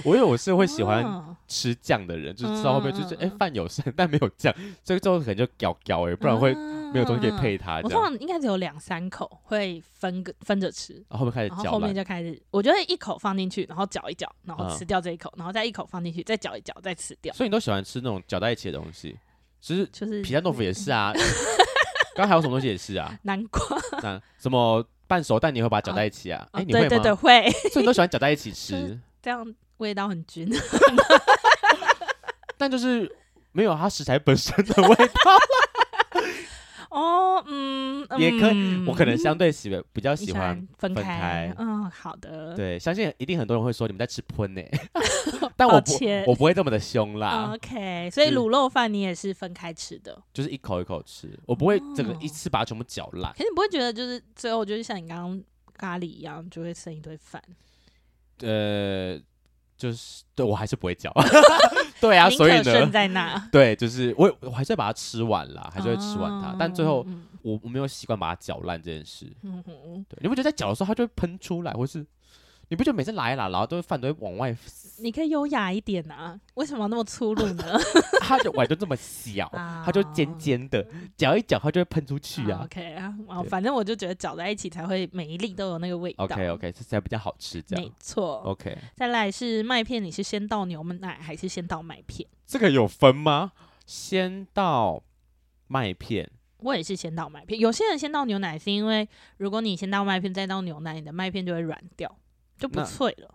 B: 我因为我是会喜欢
A: 哦
B: 吃酱的人，就是吃到后面就是
A: 嗯嗯嗯
B: 哎饭、有剩但没有酱，所以最后可能就搞搞哎，不然会没有东西可以。
A: 啊
B: 配它
A: 我
B: 这
A: 通
B: 样。
A: 常应该只有两三口会分个分着吃，
B: 然后后面开始
A: 然后
B: 嚼
A: 后面
B: 烂，
A: 就开始，我觉得一口放进去，然后搅一搅，然后
B: 嗯
A: 吃掉这一口，然后再一口放进去，再搅一搅，再吃掉。
B: 所以你都喜欢吃那种搅在一起的东西，其实
A: 就是
B: 皮蛋豆腐也
A: 嗯
B: 是啊， 刚刚还有什么东西也是啊，
A: 南瓜，
B: 那什么半熟蛋你也会把它搅在一起啊？哎、
A: 啊
B: 你会
A: 对
B: 吗？
A: 对对，会
B: 所以你都喜欢搅在一起
A: 就
B: 吃
A: 是，这样味道很均衡。
B: 但就是没有它食材本身的味道。
A: 哦，嗯，
B: 也可
A: 以
B: 我可能相对喜比较
A: 你
B: 喜欢
A: 分
B: 分
A: 开
B: 开。
A: 嗯，好的。
B: 对，相信一定很多人会说你们在吃喷呢、 但我
A: 抱
B: 不
A: 歉嗯
B: 我不会这么的凶啦，
A: OK，所以
B: 啊是
A: 卤肉饭你也是分开吃的，
B: 就是一口一口吃，我不会整个
A: 哦
B: 一次把它全部搅烂。
A: 可是你不会觉得就是最后就是像你刚刚咖喱一样，就会剩一堆饭。
B: 呃，就是对我还是不会搅， 对啊，
A: 宁
B: 所以
A: 可剩
B: 呢，
A: 在那，
B: 对，就是我我还是会把它吃完啦，还是会吃完它，
A: 哦
B: 但最后
A: 嗯
B: 我我没有习惯把它搅烂这件事。
A: 嗯嗯
B: 对，你不觉得在搅的时候它就会喷出来，或是你不觉得每次来啦，然后都会饭都会往外，
A: 你可以优雅一点啊，为什么那么粗鲁呢？
B: 它就碗就这么小，
A: 啊
B: 它就尖尖的，搅一搅它就会喷出去啊。
A: OK 啊，哦，
B: 对
A: 反正我就觉得搅在一起才会每一粒都有那个味道。
B: OK OK，这才比较好吃，这
A: 哦没哦
B: 样。哦
A: 错。
B: OK，
A: 再来是麦片，你是先倒牛奶还是先倒麦片？
B: 这个有分吗？先到麦片，
A: 我也是先倒麦片，有些人先倒牛奶是因为如果你先倒麦片再倒牛奶，你的麦片就会软掉，就不
B: 那
A: 脆了。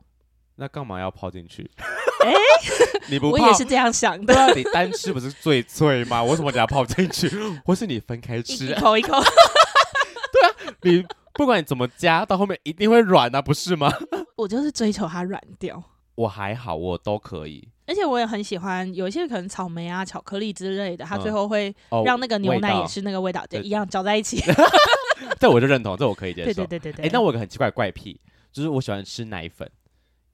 B: 那干嘛要泡进 去？
A: 哎
B: 你不
A: 我
B: 泡
A: 也是这样想
B: 对
A: 的，
B: 啊，你单吃不是最脆吗？为什么你要泡进去？ 或 是你啊分开
A: 一一
B: 吃？
A: 口一 口。
B: 你不管你怎么加，到后面一定会软啊，不是吗？
A: 我就是追求它软掉，
B: 我还好，我都可以。
A: 而且我也很喜欢，有一些可能草莓啊、巧克力之类的，它
B: 嗯
A: 最后会
B: 哦，
A: 让那个牛
B: 味
A: 奶也
B: 道，
A: 是那个味道，对，
B: 对
A: 一样搅在一起。
B: 这我就认同，这我可以接受。
A: 对对对对对。
B: 哎、那我有个很奇怪的怪癖，就是我喜欢吃奶粉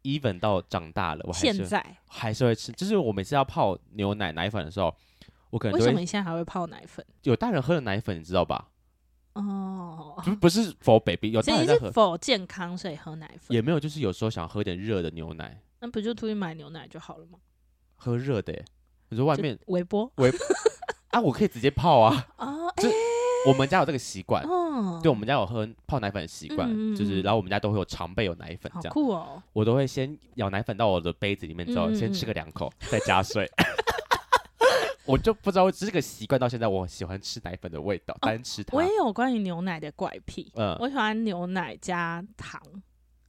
B: ，even 到长大了，我还
A: 现
B: 是
A: 在
B: 还是会吃。就是我每次要泡牛奶奶粉的时候，我可能
A: 为
B: 就
A: 什么
B: 会
A: 你现在还会泡奶粉？
B: 有大人喝的奶粉，你知道吧？
A: 哦，
B: 不不是 for baby，有
A: 所
B: 大
A: 以
B: 人
A: 你
B: 在
A: 是
B: 喝，
A: 否健康所以喝奶粉？
B: 也没有，就是有时候想喝点热的牛奶，
A: 那不就出去买牛奶就好了吗？
B: 喝热的、欸。你说外
A: 就
B: 面
A: 微波
B: 啊，我可以直接泡 啊。
A: 哦，哎
B: 就我们家有这个习惯，
A: 哦，
B: 对我们家有喝泡奶粉的习惯，
A: 嗯嗯
B: 就是
A: 嗯
B: 然后我们家都会有常备有奶粉
A: 好
B: 这样。
A: 酷哦，
B: 我都会先舀奶粉到我的杯子里面之后，
A: 嗯嗯
B: 先
A: 嗯
B: 吃个两口，再 加水。我就不知道这个习惯到现在，我喜欢吃奶粉的味道，单吃
A: 哦
B: 它
A: 我。也有关于牛奶的怪癖，
B: 啊嗯，
A: 我喜欢牛奶加糖，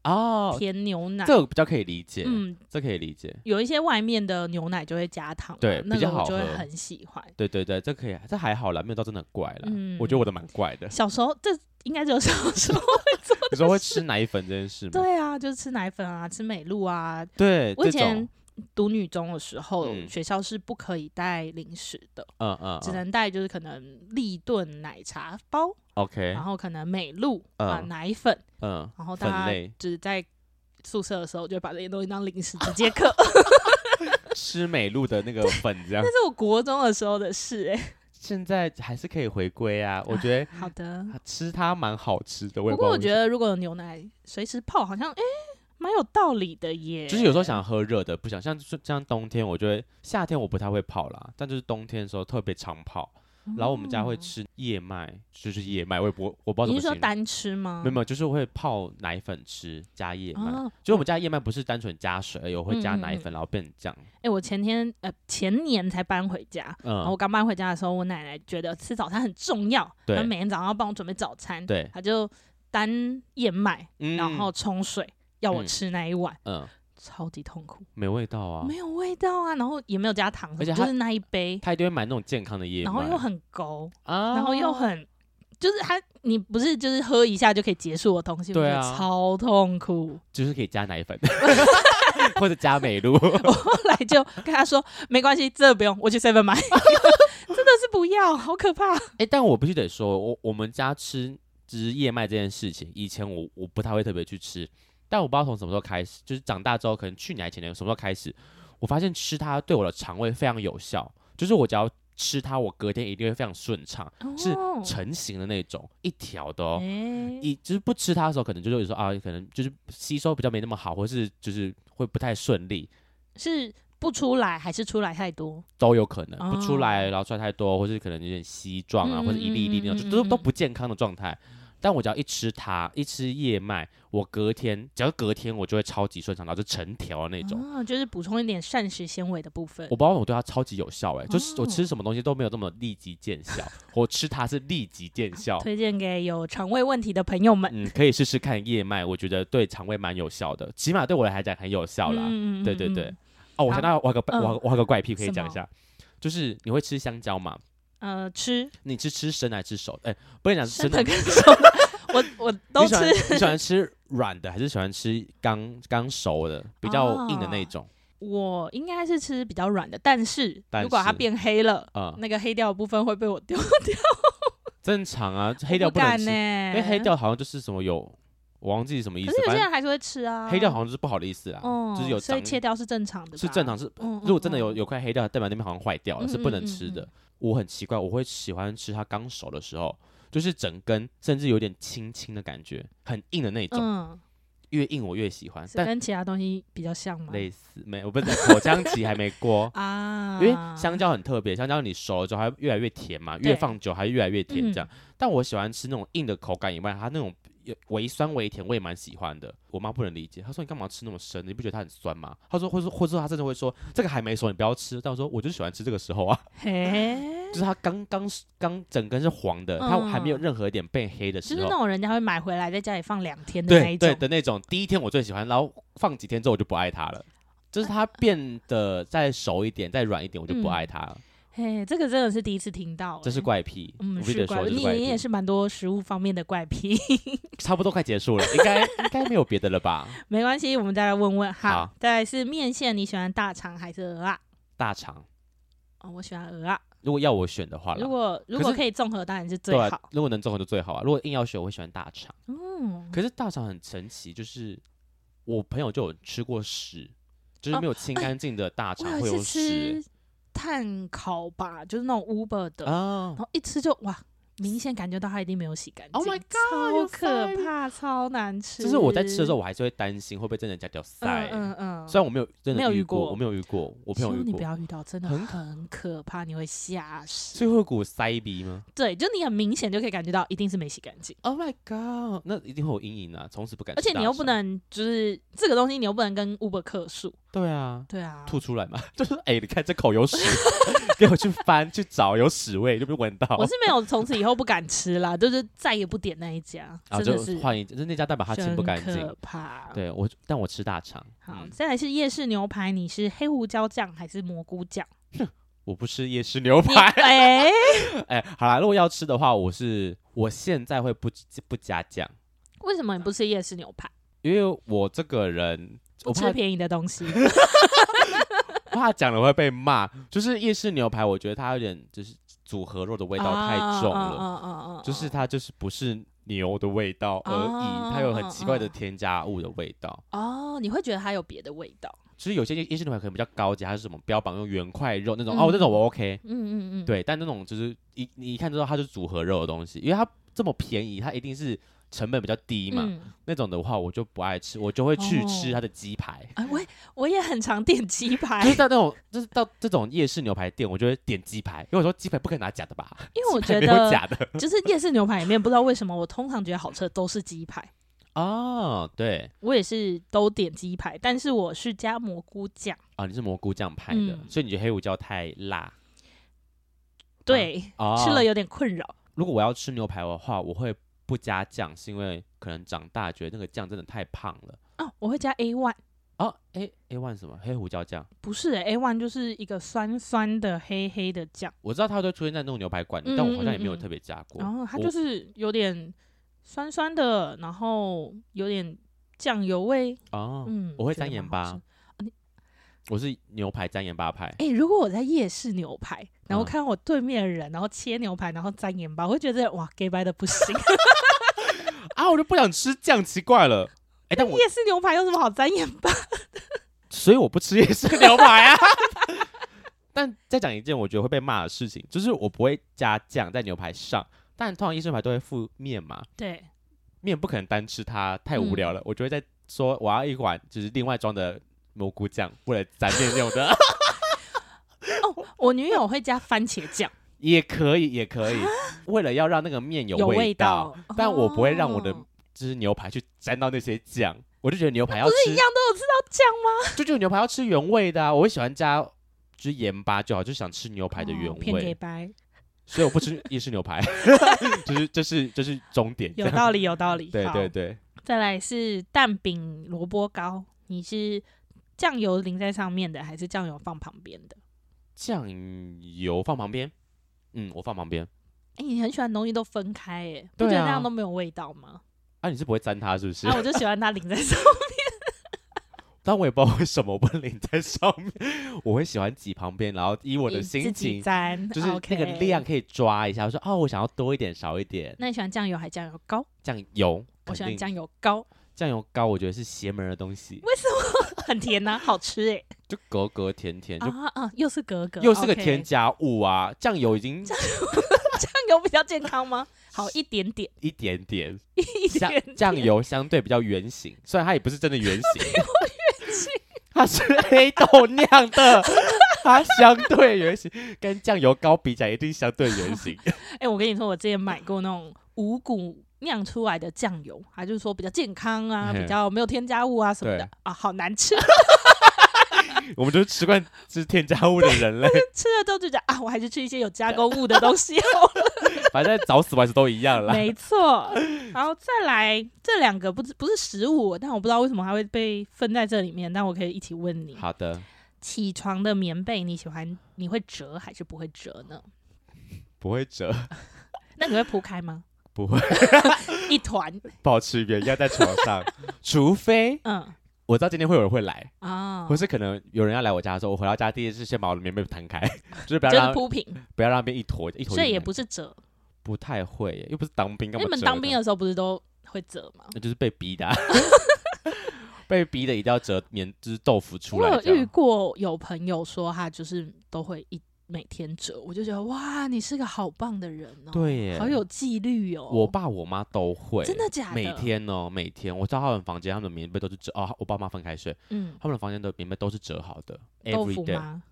B: 哦，
A: 甜牛奶
B: 这。个比较可以理解，
A: 嗯，
B: 这可以理解。
A: 有一些外面的牛奶就会加糖嘛，啊
B: 对
A: 那
B: 比较
A: 个我
B: 好
A: 就会
B: 喝
A: 很喜欢。
B: 对对对，这可以，这还好啦，没有到真的很怪啦。
A: 嗯。
B: 我觉得我的蛮怪 的
A: 小时候，这应该只有小时 候。
B: 你说会吃奶粉这件事吗？
A: 对啊，就是吃奶粉啊，吃美露啊。
B: 对，
A: 我以
B: 这种
A: 前读女中的时候，
B: 嗯
A: 学校是不可以带零食的，
B: 嗯嗯，
A: 只
B: 嗯
A: 能带就是可能立顿奶茶包，
B: OK，
A: 然后可能美露、啊
B: 嗯
A: 奶粉，
B: 嗯，
A: 然后
B: 分
A: 大家
B: 类
A: 就是在宿舍的时候就把这些东西当零食直接 嗑。
B: 吃美露的那个粉这样
A: 那，是我国中的时候的事哎、
B: 现在还是可以回归啊。我觉得
A: 好的，
B: 吃它蛮好吃的，我也
A: 不
B: 不知
A: 过
B: 道
A: 我
B: 为什
A: 觉
B: 么
A: 得如果有牛奶随时泡，好像哎蛮、有道理的耶。
B: 就是有时候想喝热的，不想像就像冬天，我就会夏天我不太会泡啦，但就是冬天的时候特别常泡。然后我们家会
A: 哦
B: 吃燕麦，就是燕麦，我也不我不知道怎
A: 你
B: 么
A: 是
B: 形
A: 说
B: 容。
A: 单吃吗？
B: 没有没有，就是会泡奶粉吃加燕麦，
A: 啊
B: 就我们家燕麦不是单纯加水而已，我会加
A: 嗯嗯
B: 奶
A: 嗯
B: 粉，然后变成酱。
A: 哎、我前天呃前年才搬回家，然后
B: 嗯
A: 我，刚搬回家的时候，我奶奶觉得吃早餐很重要，
B: 对
A: 她每天早上要帮我准备早餐，
B: 对，
A: 她就单燕麦，
B: 嗯
A: 然后冲水、要我
B: 嗯
A: 吃那一碗，
B: 嗯，
A: 超级痛苦，
B: 没味道啊
A: 没，有味道啊，然后也没有加糖，
B: 而且
A: 就
B: 它
A: 是那一杯，
B: 他一定会买那种健康的燕
A: 然
B: 麦，
A: 后又很勾，
B: 啊，
A: 然后又很。就是它，你不是就是喝一下就可以结束的东西，我
B: 对
A: 觉得
B: 啊
A: 超痛苦。
B: 就是可以加奶粉， 或者加美露，
A: 后来就跟他说没关系，这不用，我去 seven 买。真的是不要，好可怕。
B: 哎、但我必须得说，我我们家吃就是燕麦这件事情，以前我我不太会特别去吃，但我不知道从什么时候开始，就是长大之后，可能去年还前年什么时候开始，我发现吃它对我的肠胃非常有效，就是我只要吃它，我隔天一定会非常顺畅，是
A: 哦
B: 成型的那种，一条的哦。
A: 哎
B: 一就是不吃它的时候，可能就是有时候啊，可能就是吸收比较没那么好，或是就是会不太顺利，
A: 是不出来还是出来太多？
B: 都有可能
A: 哦
B: 不出来，然后出来太多，或是可能有点稀状啊，
A: 嗯
B: 或者一粒一粒那
A: 嗯
B: 种，
A: 嗯
B: 就都
A: 嗯
B: 都不健康的状态。但我只要一吃它，一吃燕麦，我隔天只要隔天我就会超级顺畅，然后就成条的那种。
A: 啊，就是补充一点膳食纤维的部分
B: 我。不知道我对它超级有效哎、就是我
A: 哦
B: 吃什么东西都没有这么立即 见效，我吃它是立即见效。
A: 推荐给有肠胃问题的朋友们。
B: 嗯，可以试试看燕麦，我觉得对肠胃蛮有效的，起码对我来讲很有效啦。
A: 嗯
B: 啊对对对。哦，我想到我有个我
A: 嗯
B: 有个我有个怪癖可以
A: 什
B: 讲一
A: 么
B: 下，就是你会吃香蕉吗？
A: 呃，吃
B: 你是吃生的还是吃熟的？哎、不能讲是
A: 生的
B: 生的，
A: 跟熟的， 我 我都
B: 你喜
A: 吃
B: 欢。你喜欢吃软的还是喜欢吃刚刚熟的，比较硬的那种？
A: 我应该是吃比较软的，但是
B: 但
A: 如果它
B: 是
A: 变黑了，
B: 啊、
A: 那个黑掉的部分会被我丢，
B: 正常啊，
A: 黑
B: 黑掉
A: 不
B: 能
A: 敢
B: 吃，
A: 呢、
B: 因为黑。掉好像就是什么有，我忘记什么意
A: 可
B: 思
A: 是，有
B: 反
A: 些
B: 正
A: 人还是会吃啊。
B: 黑掉好像就是不好的意思啦，
A: 哦，
B: 就是有
A: 所以
B: 长
A: 切掉是正常的，
B: 是正常。是。
A: 嗯。嗯
B: 如果真的有
A: 嗯
B: 有块黑掉，代表那边好像坏掉了，
A: 嗯
B: 是不能吃的。
A: 嗯嗯
B: 我很奇怪，我会喜欢吃它刚熟的时候，就是整根，甚至有点青青的感觉，很硬的那种，
A: 嗯，
B: 越硬我越喜欢。
A: 是
B: 但
A: 跟其他东西比较像吗？，
B: 类似没，我不是口腔期还没过
A: 啊，
B: 因为香蕉很特别，香蕉你熟了之后它越来越甜嘛，
A: 对嗯
B: 越放久还越来越甜这样。但我喜欢吃那种硬的口感以外，它那种有微酸微甜我也蛮喜欢的。我妈不能理解，她说你干嘛吃那么生？你不觉得它很酸吗？她说，或者或者她甚至会说这个还没熟，你不要吃。但我说我就喜欢吃这个时 候啊，
A: 嘿，
B: 就是它刚刚刚整根是黄的，它还没有
A: 嗯
B: 任何一点变黑的
A: 就
B: 时
A: 是
B: 候
A: 那。种人家会买回来在家里放两天的那
B: 对
A: 一
B: 对
A: 种，
B: 的那种，第一天我最喜欢，然后放几天之后我就不爱它了，就是它变得再熟一点、再软一点，我就不爱它了，
A: 嘿，这个真的是第一次听到、欸，
B: 这是怪癖。
A: 嗯，
B: 我必须得
A: 怪
B: 说，这
A: 你
B: 是怪
A: 你也
B: 癖。
A: 是蛮多食物方面的怪癖，
B: 差不多快结束了，应该应该没有别的了吧？
A: 没关系，我们再来问问哈。
B: 好
A: 再来是面线，你喜欢大肠还是鹅啊？
B: 大肠，
A: 哦，我喜欢鹅啊。
B: 如果要我选的话啦
A: 如果如
B: 可
A: 果
B: 是
A: 可以综合，当然是最
B: 对啊
A: 好。，
B: 如果能综合就最好啊。如果硬要选，我会喜欢大肠。
A: 嗯，
B: 可是大肠很神奇，就是我朋友就有吃过屎，就是没有清干净的大
A: 哦哎我
B: 肠
A: 有
B: 会
A: 一
B: 有
A: 次吃
B: 屎
A: 碳烤吧，就是那种 Uber 的，哦
B: 啊
A: 然。后一吃就哇，明显感觉到它一定没有洗干净。
B: Oh my god，
A: 超
B: 有
A: 可
B: 塞
A: 怕，超难吃。
B: 就是我在吃的时候，我还是会担心会不会真的加掉塞。
A: 嗯嗯嗯，
B: 虽然我没有真
A: 没有
B: 的
A: 遇
B: 遇
A: 过
B: 我没有遇过，我朋友
A: 希望
B: 遇
A: 你不
B: 过。
A: 要遇到，真的
B: 很
A: 很可怕，你会吓死。
B: 所以会有股塞鼻吗
A: 对，就你很明显就可以感觉到，一定是没洗干净。
B: ？Oh my god，那一定会有阴影啊，从此不敢
A: 而
B: 吃大
A: 且
B: 肠。
A: 你又不能，就是这个东西你又不能跟 Uber 客诉，
B: 对啊，
A: 对啊，
B: 吐出来嘛， 就是哎、你看这口有屎， 给我去翻去找有屎味，就被闻到。
A: 我是没有从此以后不敢吃啦，就是再也不点那一家，
B: 啊，
A: 真
B: 就
A: 的是
B: 换一，就是那家代表他清
A: 真
B: 不干净
A: 可。怕。，
B: 对我，但我吃大肠，
A: 好，
B: 嗯
A: 再来是夜市牛排，你是黑胡椒酱还是蘑菇 酱？
B: 我不吃夜市牛
A: 你
B: 排。
A: 哎，
B: 哎，好啦，如果要吃的话，我是我现在会不不加酱，
A: 为什么你不吃夜市牛排？
B: 因为我这个人我怕
A: 吃便宜的东西，
B: 怕讲了会被骂。就是夜市牛排，我觉得它有点就是组合肉的味道太
A: 啊
B: 重了，
A: 了
B: 就是它就是不是牛的味道而已，
A: 啊
B: 它有很奇怪的
A: 啊啊
B: 添加物的味道。
A: 哦，你会觉得它有别的味道。
B: 其实有些夜市牛排可能比较高级，它是什么标榜用原块肉那种、
A: 嗯
B: 哦，那种我 OK。
A: 嗯嗯嗯，，
B: 对，但那种就是一你一看就知道它就是组合肉的东西，因为它这么便宜，它一定是成本比较低嘛。
A: 嗯，
B: 那种的话我就不爱吃，我就会去
A: 哦
B: 吃它的鸡排。
A: 哎，我也我也很常点鸡排
B: 就，是到那种，就是到这种夜市牛排店，我就会点鸡排，因为我说鸡排不可以拿假的吧，
A: 因为我觉
B: 没有
A: 得
B: 假的
A: 就是夜市牛排里面，不知道为什么我通常觉得好吃的都是鸡排。
B: 哦，对
A: 我也是都点鸡排，但是我是加蘑菇酱。
B: 啊，你是蘑菇酱派的，
A: 嗯
B: 所以你觉得黑胡椒太辣
A: 对，
B: 啊？
A: 吃了有点困扰。
B: 如果我要吃牛排的话，我会不加酱，是因为可能长大觉得那个酱真的太胖了。
A: 哦，我会加 A one，
B: 哦，A A one 什么黑胡椒酱？
A: 不是、欸、A one 就是一个酸酸的黑黑的酱，
B: 我知道它都会出现在那种牛排馆里，
A: 嗯
B: 但我好像也
A: 嗯
B: 没有
A: 嗯
B: 特别加过。
A: 然后它
B: 我
A: 就是有点酸酸的，然后有点酱油味。
B: 哦，
A: 嗯，
B: 我会
A: 觉得
B: 沾盐
A: 蛮好吃啊
B: 巴。我是牛排沾盐巴派，
A: 哎、如果我在夜市牛排，然后
B: 嗯
A: 看到我对面的人，然后切牛排，然后沾盐巴，我会觉得哇，gay 掰的不行。
B: 啊，我就不想吃酱，奇怪了。 哎、但我
A: 夜市牛排有什么好沾盐巴？
B: 所以我不吃夜市牛排啊。 但再讲一件我觉得会被骂的事情，就是我不会加酱在牛排上，但通常夜市牛排都会附面嘛，
A: 对，
B: 面不可能单吃它，太无
A: 嗯
B: 聊了，我就会再说我要一碗就是另外装的蘑菇酱，为了沾面用 的，
A: 哦，我女友会加番茄酱，
B: 也可以，也可以，为了要让那个面有
A: 有味
B: 道，
A: 道
B: 但我不会让我的
A: 哦
B: 就是牛排去沾到那些酱，我就觉得牛排要
A: 不是
B: 吃
A: 一样都有吃到酱吗？
B: 就就牛排要吃原味的啊，我会喜欢加就是盐巴就好，就想吃牛排的原
A: 哦骗 gay
B: 味，
A: 掰，
B: 所以我不吃意式牛 排， 就是这是这是终点，
A: 有道理，有道理。
B: 对
A: 好
B: 对对，
A: 再来是蛋饼萝卜糕，你是酱油淋在上面的，还是酱油放旁边的？
B: 酱油放旁边，嗯，我放旁边，
A: 哎、你很喜欢东西都分开、哎，不
B: 对
A: 觉得
B: 啊
A: 那样都没有味道吗？
B: 啊，你是不会沾它是不是？
A: 啊，我就喜欢它淋在上
B: 但我也不知道为什么我不淋在上面，我会喜欢挤旁边，然后依我
A: 面，
B: 的
A: 你自
B: 心
A: 己
B: 情，
A: 沾，
B: 就是那个
A: OK
B: 量。可以抓一下，我说哦，我想要多一点少一点，
A: 那你喜欢酱油还酱油膏？
B: 酱油，
A: 我喜欢
B: 肯定
A: 酱油膏，
B: 酱油膏，我觉得是邪门的东西，
A: 很甜呐、好吃 哎、
B: 就格格甜甜，就
A: 啊啊，又是格格，
B: 又是个
A: OK
B: 添加物啊，酱油已经
A: 酱油比较健康吗？好一点点，
B: 一点点，
A: 一
B: 酱
A: 点点
B: 酱油相对比较圆形，虽然它也不是真的圆形， 它是黑豆酿的，它相对圆形，跟酱油膏比起来一定相对圆形。
A: 哎、我跟你说，我之前买过那种五谷酿出来的酱油，它就是说比较健康啊，
B: 嘿
A: 比较没有添加物啊什么的
B: 嗯对
A: 啊，好难吃，
B: 我们就是吃惯吃添加物的人类，
A: 吃了之后就觉得啊，我还是吃一些有加工物的东西哦好了。
B: 反正早死晚死都一样啦。
A: 没错，然后再来这两个不是不是食物，但我不知道为什么它会被分在这里面，但我可以一起问你，
B: 好的，
A: 起床的棉被你喜欢你会折还是不会折呢？
B: 不会折，
A: 那你会铺开吗？
B: 不会
A: 一团，
B: 保持原样在床上，除非
A: 嗯
B: 我知道今天会有人会来，
A: 啊，
B: 或是可能有人要来我家的时候，我回到家第一件事先把我的棉被摊开， 就是不要
A: 就是
B: 让
A: 铺平，
B: 不要让它变一坨一坨。
A: 所以也不是折。
B: 不太会耶，又不是当兵，干
A: 你
B: 嘛？
A: 们当兵，的时候不是都会折吗？
B: 那就是被逼的啊、 被逼的一定要折棉，就是豆腐出
A: 我
B: 来
A: 有
B: 这
A: 遇
B: 样。
A: 过有朋友说他就是都会一每天折，我就觉得哇，你是个好棒的人哦，
B: 对耶，
A: 好有纪律哦。
B: 我爸我妈都会，
A: 真的假的？
B: 每，天哦，每天我到他们房间，他们的棉被都是折哦，我爸妈分开睡，
A: 嗯，
B: 他们的房间的棉被都是折好的
A: 豆
B: ，every
A: 腐
B: day。
A: 吗？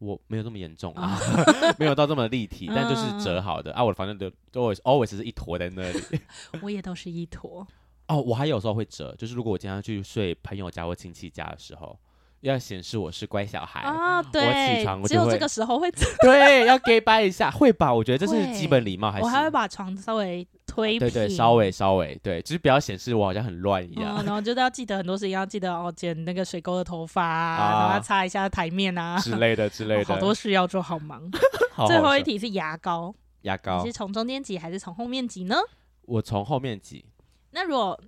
B: 我没有这么严重啊， 没有到这么立 体，但
A: 嗯
B: 就是折好的啊。我的房间都 always always 是一坨在那里。
A: 我也都是一坨，
B: 哦，我还有时候会折，就是如果我今天要去睡朋友家或亲戚家的时候，要显示我是乖小孩
A: 啊，对，
B: 起哎床我
A: 只
B: 就
A: 有
B: 会
A: 这个时候会折，
B: 对，要 gay 掰一下，会吧？我觉得这是基
A: 会
B: 本礼貌，还是
A: 我还会把床稍微推平，
B: 对对，稍微稍微对，就是不要显示我好像很乱一
A: 哦
B: 样，
A: 然后就是要记得很多事情，要记得哦，剪那个水沟的头发啊，然后
B: 啊
A: 要擦一下台面啊，
B: 之类的之类
A: 哦
B: 的。
A: 好多事要做，好忙。
B: 好好
A: 最后一
B: 笑
A: 题是牙膏，
B: 牙
A: 你
B: 膏
A: 是，从中间挤还是从后面挤呢？
B: 我从后面挤，
A: 那如果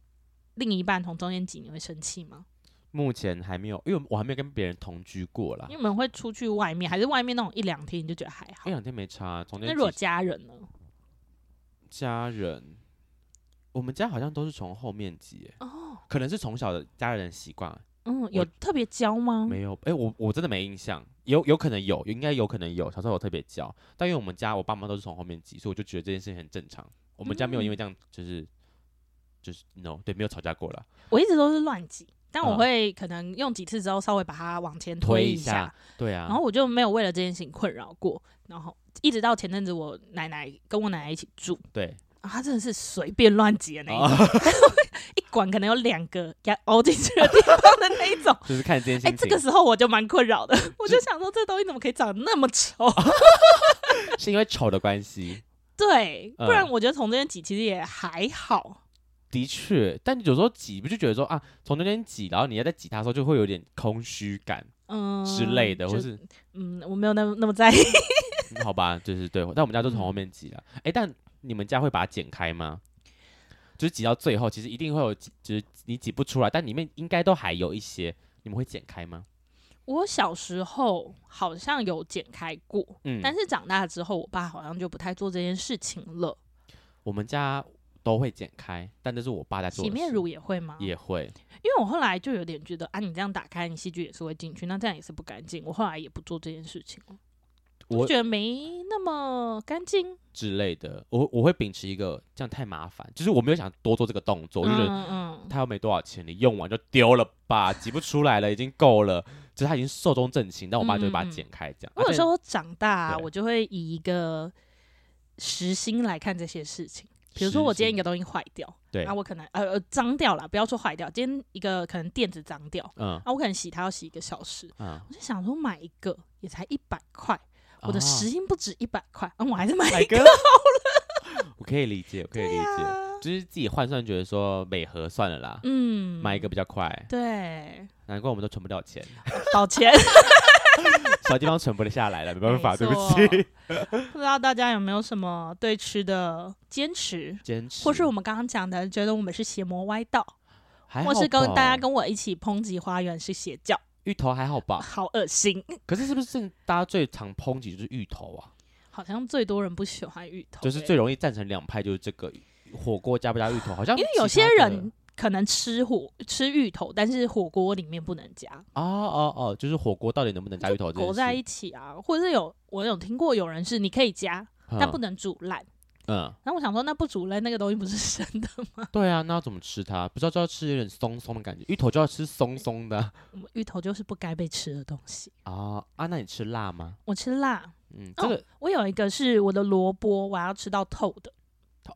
A: 另一半从中间挤，你会生气吗？
B: 目前还没有，因为我还没有跟别人同居过啦
A: 因，为我们会出去外面，还是外面那种一两天你就觉得还
B: 一
A: 好。
B: 两天哎没差。从
A: 那
B: 那
A: 如果家人呢？
B: 家人，我们家好像都是从后面挤耶，
A: 哦，
B: 可能是从小的家人习惯，
A: 嗯，有特别焦吗？
B: 没有，哎、我我真的没印象，有有可能有，应该有可能有，小时候有特别教，但因为我们家我爸妈都是从后面挤，所以我就觉得这件事情很正常。我们家没有因
A: 嗯
B: 为这样就是、就是 no 对，没有吵架过了，
A: 我一直都是乱挤，但我
B: 嗯
A: 会可能用几次之后稍微把它往前
B: 推
A: 一
B: 一下，对啊，
A: 然后我就没有为了这件事情困扰过。然后一直到前阵子我奶奶跟我奶奶一起住，
B: 对，啊
A: 啊，她真的是随便乱挤的那
B: 哦
A: 一 种，一管可能有两个给它凹进去的地方的那一种。
B: 就是看今天
A: 哎、
B: 心
A: 这
B: 情，
A: 个时候我就蛮困扰的，我就想说这东西怎么可以长得那么丑？
B: 哦是因为丑的关系，
A: 对，
B: 嗯
A: 不然我觉得从这边挤其实也还好。
B: 的确，但有时候挤不就觉得说啊，从中间挤，然后你要再挤它的时候，就会有点空虚感
A: 嗯
B: 之类的，
A: 就
B: 或是
A: 嗯，我没有那么那么在意。
B: 嗯 好吧，就是对，但我们家都
A: 嗯
B: 从后面挤了。哎、但你们家会把它剪开吗？就是挤到最后，其实一定会有挤，就是你挤不出来，但里面应该都还有一些，你们会剪开吗？
A: 我小时候好像有剪开过，
B: 嗯，
A: 但是长大之后，我爸好像就不太做这件事情了。
B: 我们家都会剪开，但这是我爸在做的
A: 洗
B: 事。
A: 面乳也会吗？
B: 也会，
A: 因为我后来就有点觉得，啊，你这样打开，你细菌也是会进去，那这样也是不干净。我后来也不做这件事情了，
B: 我
A: 就觉得没那么干净。
B: 之类的，我我会秉持一个这样太麻烦，就是我没有想多做这个动作，我就觉得啊
A: 嗯嗯，
B: 他又没多少钱，你用完就丢了吧，挤不出来了，已经够了。就是他已经寿终正寝，但我爸就会把它剪开这样。
A: 嗯我有时候长大、啊，
B: 对
A: 我就会以一个时薪来看这些事情。比如说，我今天一个
B: 个
A: 东西坏掉，
B: 对
A: 啊，我可能呃呃脏掉了，不要说坏掉，今天一个可能垫子脏掉，
B: 嗯
A: 啊，我可能洗它要洗一个小时，
B: 嗯，
A: 我就想说买一个也才一百块，我
B: 哦
A: 的时薪不止一百块，嗯，我还是买
B: 买
A: 一
B: 个
A: 个。
B: 我可以理解，我可以理解，
A: 啊
B: 就是自己换算觉得说每盒算了啦，
A: 嗯，
B: 买一个比较快，
A: 对，
B: 难怪我们都存不了钱，
A: 抱歉，
B: 小地方存不下来了，没办法，
A: 没
B: 对
A: 错
B: 不起。
A: 不知道大家有没有什么对吃的坚持，
B: 坚持，
A: 或是我们刚刚讲的，觉得我们是邪魔歪道，
B: 还
A: 或
B: 好
A: 是跟
B: 吧
A: 大家跟我一起抨击花园是邪教，
B: 芋头还好 吧？
A: 好恶心。
B: 可是是不是大家最常抨击就是芋头啊？
A: 好像最多人不喜欢芋头欸、
B: 就是最容易站成两派，就是这个火锅加不加芋头，好像
A: 因为有
B: 其
A: 些
B: 他的
A: 人可能吃火吃芋头，但是火锅里面不能加，
B: 哦哦哦，就是火锅到底能不能加芋头这件事，嗯
A: 裹在一起啊，或者是有我有听过有人是你可以加，
B: 嗯，
A: 但不能煮烂。
B: 嗯，
A: 然后我想说，那不煮烂那个东西不是生的吗？
B: 对啊，那要怎么吃它？不知道就要吃有点松松的感觉，芋头就要吃松松的啊
A: 我们芋头就是不该被吃的东西。
B: 哦啊，那你吃辣吗？
A: 我吃辣，
B: 嗯，
A: 哦
B: 这个
A: 我有一个是我的萝卜，我要吃到透的，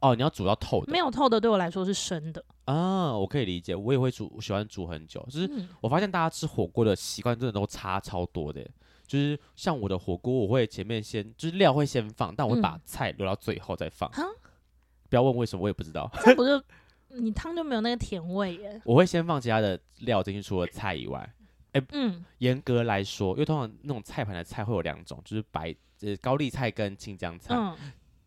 B: 哦，你要煮到透的
A: 没有透的对我来说是生的。
B: 啊，我可以理解，我也会煮，我喜欢煮很久，就是
A: 嗯，
B: 我发现大家吃火锅的习惯真的都差超多的耶，就是像我的火锅，我会前面先就是料会先放，但我会把
A: 嗯
B: 菜留到最后再放。
A: 哈
B: 不要问为什么，我也不知道。
A: 这样不就你汤就没有那个甜味耶？
B: 我会先放其他的料进去，除了菜以外，
A: 嗯，
B: 严格来说，因为通常那种菜盘的菜会有两种，就是白呃高丽菜跟青江菜。
A: 嗯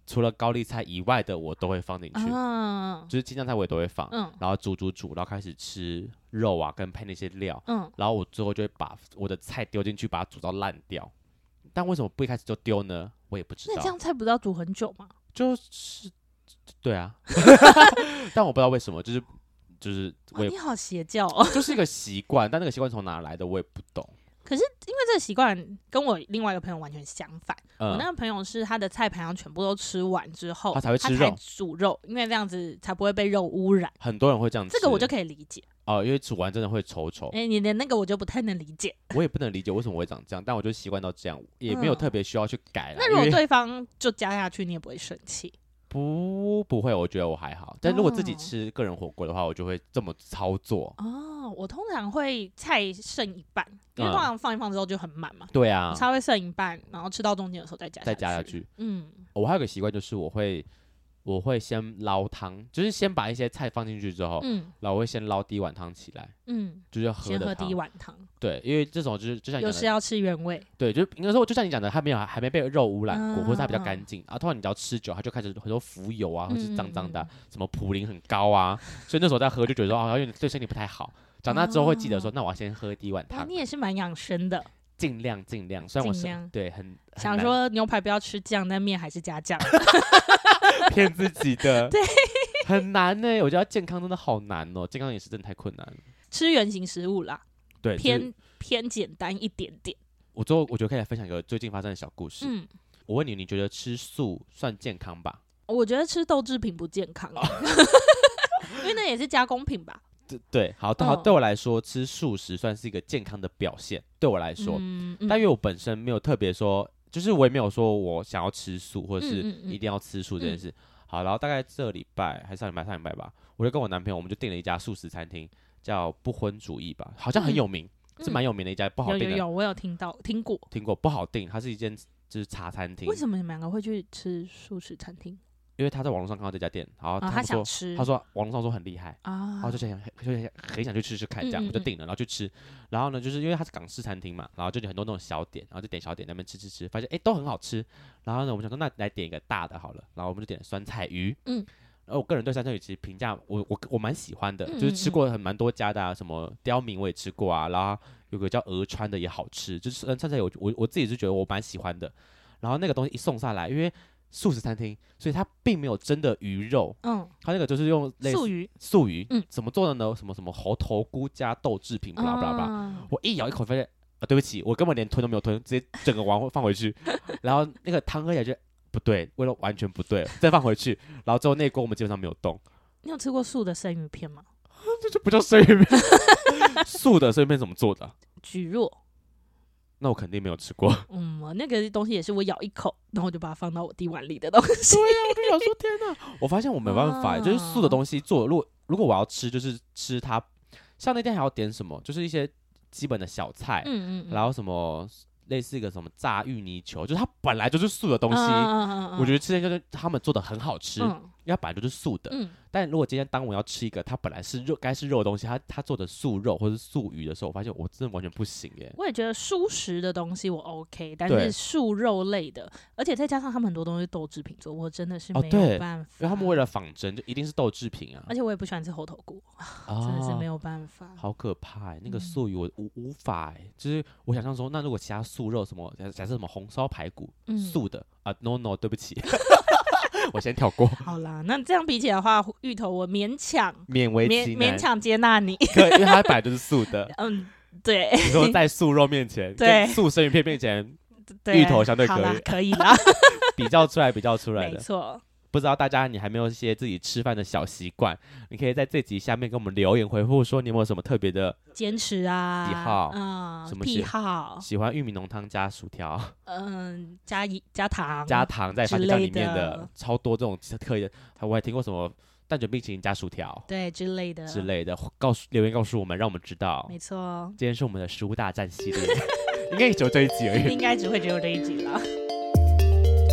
B: 除了高丽菜以外的，我都会放进去，
A: 啊，
B: 就是青江菜我也都会放。
A: 嗯
B: 然后煮煮煮，然后开始吃肉啊，跟配那些料。
A: 嗯，
B: 然后我最后就会把我的菜丢进去，把它煮到烂掉。但为什么不一开始就丢呢？我也不知
A: 那这
B: 道。
A: 样菜不是要煮很久吗？
B: 就是，对啊， 但我不知道为什么，就是就是
A: 哇
B: 我也
A: 你好邪教哦！
B: 就是一个习惯，但那个习惯从哪来的我也不懂。
A: 因为这个习惯跟我另外一个朋友完全相反。我哦那
B: 嗯，
A: 个朋友是他的菜盘要全部都吃完之后，
B: 他才会吃肉
A: 煮肉，因为这样子才不会被肉污染。
B: 很多人会这样吃，
A: 这个我就可以理解。
B: 哦，因为煮完真的会稠稠，
A: 哎、你的那个我就不太能理解。
B: 我也不能理解为什么我会长这样，但我就习惯到这样，也没有
A: 嗯
B: 特别需要去改啦。
A: 那如果
B: 哎因为
A: 对方就加下去，你也不会生 气。
B: 不不会，我觉得我还好。但如果自己
A: 哦
B: 吃个人火锅的话，我就会这么操作。
A: 哦，我通常会菜剩一半，因为
B: 嗯
A: 通常放一放之后就很满嘛，
B: 对啊
A: 我，稍微剩一半，然后吃到中间的时候再加
B: 再加下
A: 去。
B: 去。
A: 嗯，
B: 我还有个习惯就是我会我会先捞汤，就是先把一些菜放进去之后，
A: 嗯
B: 然后我会先捞第一碗汤起来，
A: 嗯，
B: 就是喝
A: 先
B: 的
A: 喝第一
B: 汤。
A: 碗汤，
B: 对，因为这种就是就像你
A: 有
B: 讲
A: 时
B: 的，
A: 要吃原味。
B: 对，就是应该说就像你讲的，它没有还没被肉污染过，
A: 嗯
B: 或者它比较
A: 嗯
B: 干净啊。通常你只要吃久，它就开始很多浮油啊，或是脏脏的啊
A: 嗯，
B: 什么嘌呤很高啊，所以那时候在喝就觉得说哦，好像有点对身体不太好。长大之后会记得说，那我要先喝第一碗
A: 哦哇，啊
B: 汤
A: 你，也是蛮养生的。
B: 尽量尽量。虽然我
A: 尽
B: 是
A: 量
B: 对很很
A: 想
B: 难
A: 说牛排不要吃酱，但面还是加酱。
B: 骗自己的， 对， 很难呢、我觉得健康真的好难哦，健康饮食真的太困难了。
A: 吃原形食物啦，
B: 对，就是
A: 偏偏简单一点点。
B: 我最后我觉得可以来分享一个最近发生的小故事。
A: 嗯，
B: 我问你，你觉得吃素算健康吧？
A: 我觉得吃豆制品不健康，
B: 哦
A: 因为那也是加工品吧。
B: 对对，好，好，
A: 嗯
B: 对我来说，吃素食算是一个健康的表现。对我来说，
A: 嗯，
B: 但因为我本身没有特别说，就是我也没有说我想要吃素，或者是
A: 嗯嗯嗯
B: 一定要吃素这件事。好，然后大概这礼拜还是上礼拜上礼拜吧，我就跟我男朋友，我们就订了一家素食餐厅，叫不婚主义吧，好像很有名，
A: 嗯
B: 是蛮有名的一家不好
A: 有
B: 订
A: 有
B: 的
A: 有，我有听到听过。
B: 听过不好订，它是一间就是茶餐厅。
A: 为什么你们两个会去吃素食餐厅？
B: 因为他在网络上看到这家店，然后
A: 啊，
B: 哦他
A: 他
B: 说
A: 想吃，
B: 他说网络上说很厉害，
A: 啊
B: 然后就想就想很想去吃吃看，这
A: 嗯
B: 样
A: 嗯
B: 我就
A: 嗯
B: 订了，然后去吃。然后呢，就是因为它是港式餐厅嘛，然后就有很多那种小点，然后就点小点在那边吃吃吃，发现哎都很好吃。然后呢，我们想说那来点一个大的好了，然后我们就点了酸菜鱼，
A: 嗯。
B: 而我个人对三生鱼其实评价，我我我蛮喜欢的，
A: 嗯
B: 就是
A: 嗯
B: 吃
A: 嗯
B: 过很蛮多家的、啊，什么刁民我也吃过啊，然后有个叫鹅川的也好吃，就是嗯，川菜我我我自己是觉得我蛮喜欢的。然后那个东西一送上来，因为素食餐厅，所以它并没有真的鱼肉，
A: 嗯，
B: 它那个就是用类
A: 素
B: 似
A: 鱼，
B: 素鱼，
A: 嗯
B: 怎么做的呢？什么什么猴头菇加豆制品，巴拉巴拉巴拉。
A: 啊
B: 我一咬一口发现，啊，对不起，我根本连吞都没有吞，直接整个碗放回去， 然后那个汤喝起来就不对，味道完全不对，再放回去，然后之后那一锅我们基本上没有动，
A: 你有吃过素的生鱼片吗？
B: 这就不叫生鱼片， 素的生鱼片怎么做的？
A: 蒟蒻，
B: 那我肯定没有吃过。 我
A: 嗯，那个东西也是我咬一口，然后我就把它放到我弟碗里的东西。
B: 就想说，天哪！我发现我没办法，
A: 啊
B: 就是素的东西做，如果如果我要吃，就是吃它。像那天还要点什么，就是一些基本的小菜，
A: 嗯嗯，
B: 然后什么类似一个什么炸芋泥球，就是它本来就是素的东
A: 嗯
B: 西。我觉
A: 得
B: 得吃的就是他们做的很好吃，
A: 嗯
B: 因为它本来就是素的。
A: 嗯
B: 但如果今天当我要吃一个它本来是肉该是肉的东西，它它做的素肉或者素鱼的时候，我发现我真的完全不行耶。
A: 我也觉得素食的东西我 OK，但
B: 对
A: 是素肉类的，而且再加上他们很多东西豆制品做，我真的是
B: 哦
A: 没
B: 对
A: 有办法。
B: 因为他们为了仿真，就一定是豆制品啊
A: 而，且我也不喜欢吃猴头菇，
B: 啊
A: 真的是没有办法。
B: 好可怕耶！那
A: 嗯
B: 个素鱼我无无法耶，就是我想象说，那如果其他素肉什么，假假设什么红烧排骨、
A: 嗯
B: 素的啊，no no，对不起， 我先跳过，
A: 好啦，那这样比起来的话，芋头我勉强
B: 勉为
A: 勉
B: 其难，
A: 勉强接纳 你。。
B: 可以因为它本来就是素的
A: 嗯，对
B: 你说在素肉面前，
A: 对
B: 跟素生鱼片面前
A: 对，
B: 芋头相对
A: 好
B: 可
A: 啦
B: 以
A: 可 以啦，
B: 比较出来，比较出来
A: 没
B: 的。
A: 错。
B: 不知道大家你还没有一些自己吃饭的小习惯，你可以在这集下面给我们留言回复，说你有没有什么特别的
A: 坚持啊，
B: 喜好
A: 嗯，
B: 什么喜
A: 癖好，
B: 喜欢玉米浓汤加薯条、
A: 嗯，加一加糖，
B: 加糖在
A: 之
B: 番茄酱
A: 类
B: 里面的
A: 的，
B: 超多这种特意的。我还听过什么蛋卷冰淇淋加薯条
A: 对之类的
B: 之，类的，哦告诉留言告诉我们，让我们知道
A: 嗯没。错，
B: 今天是我们的食物大战系列， 应该也只有这一集而已。
A: 应该只会只有这一集了。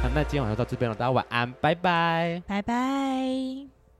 B: 好，那今天晚上到这边了，大家晚安，拜拜。
A: 拜拜。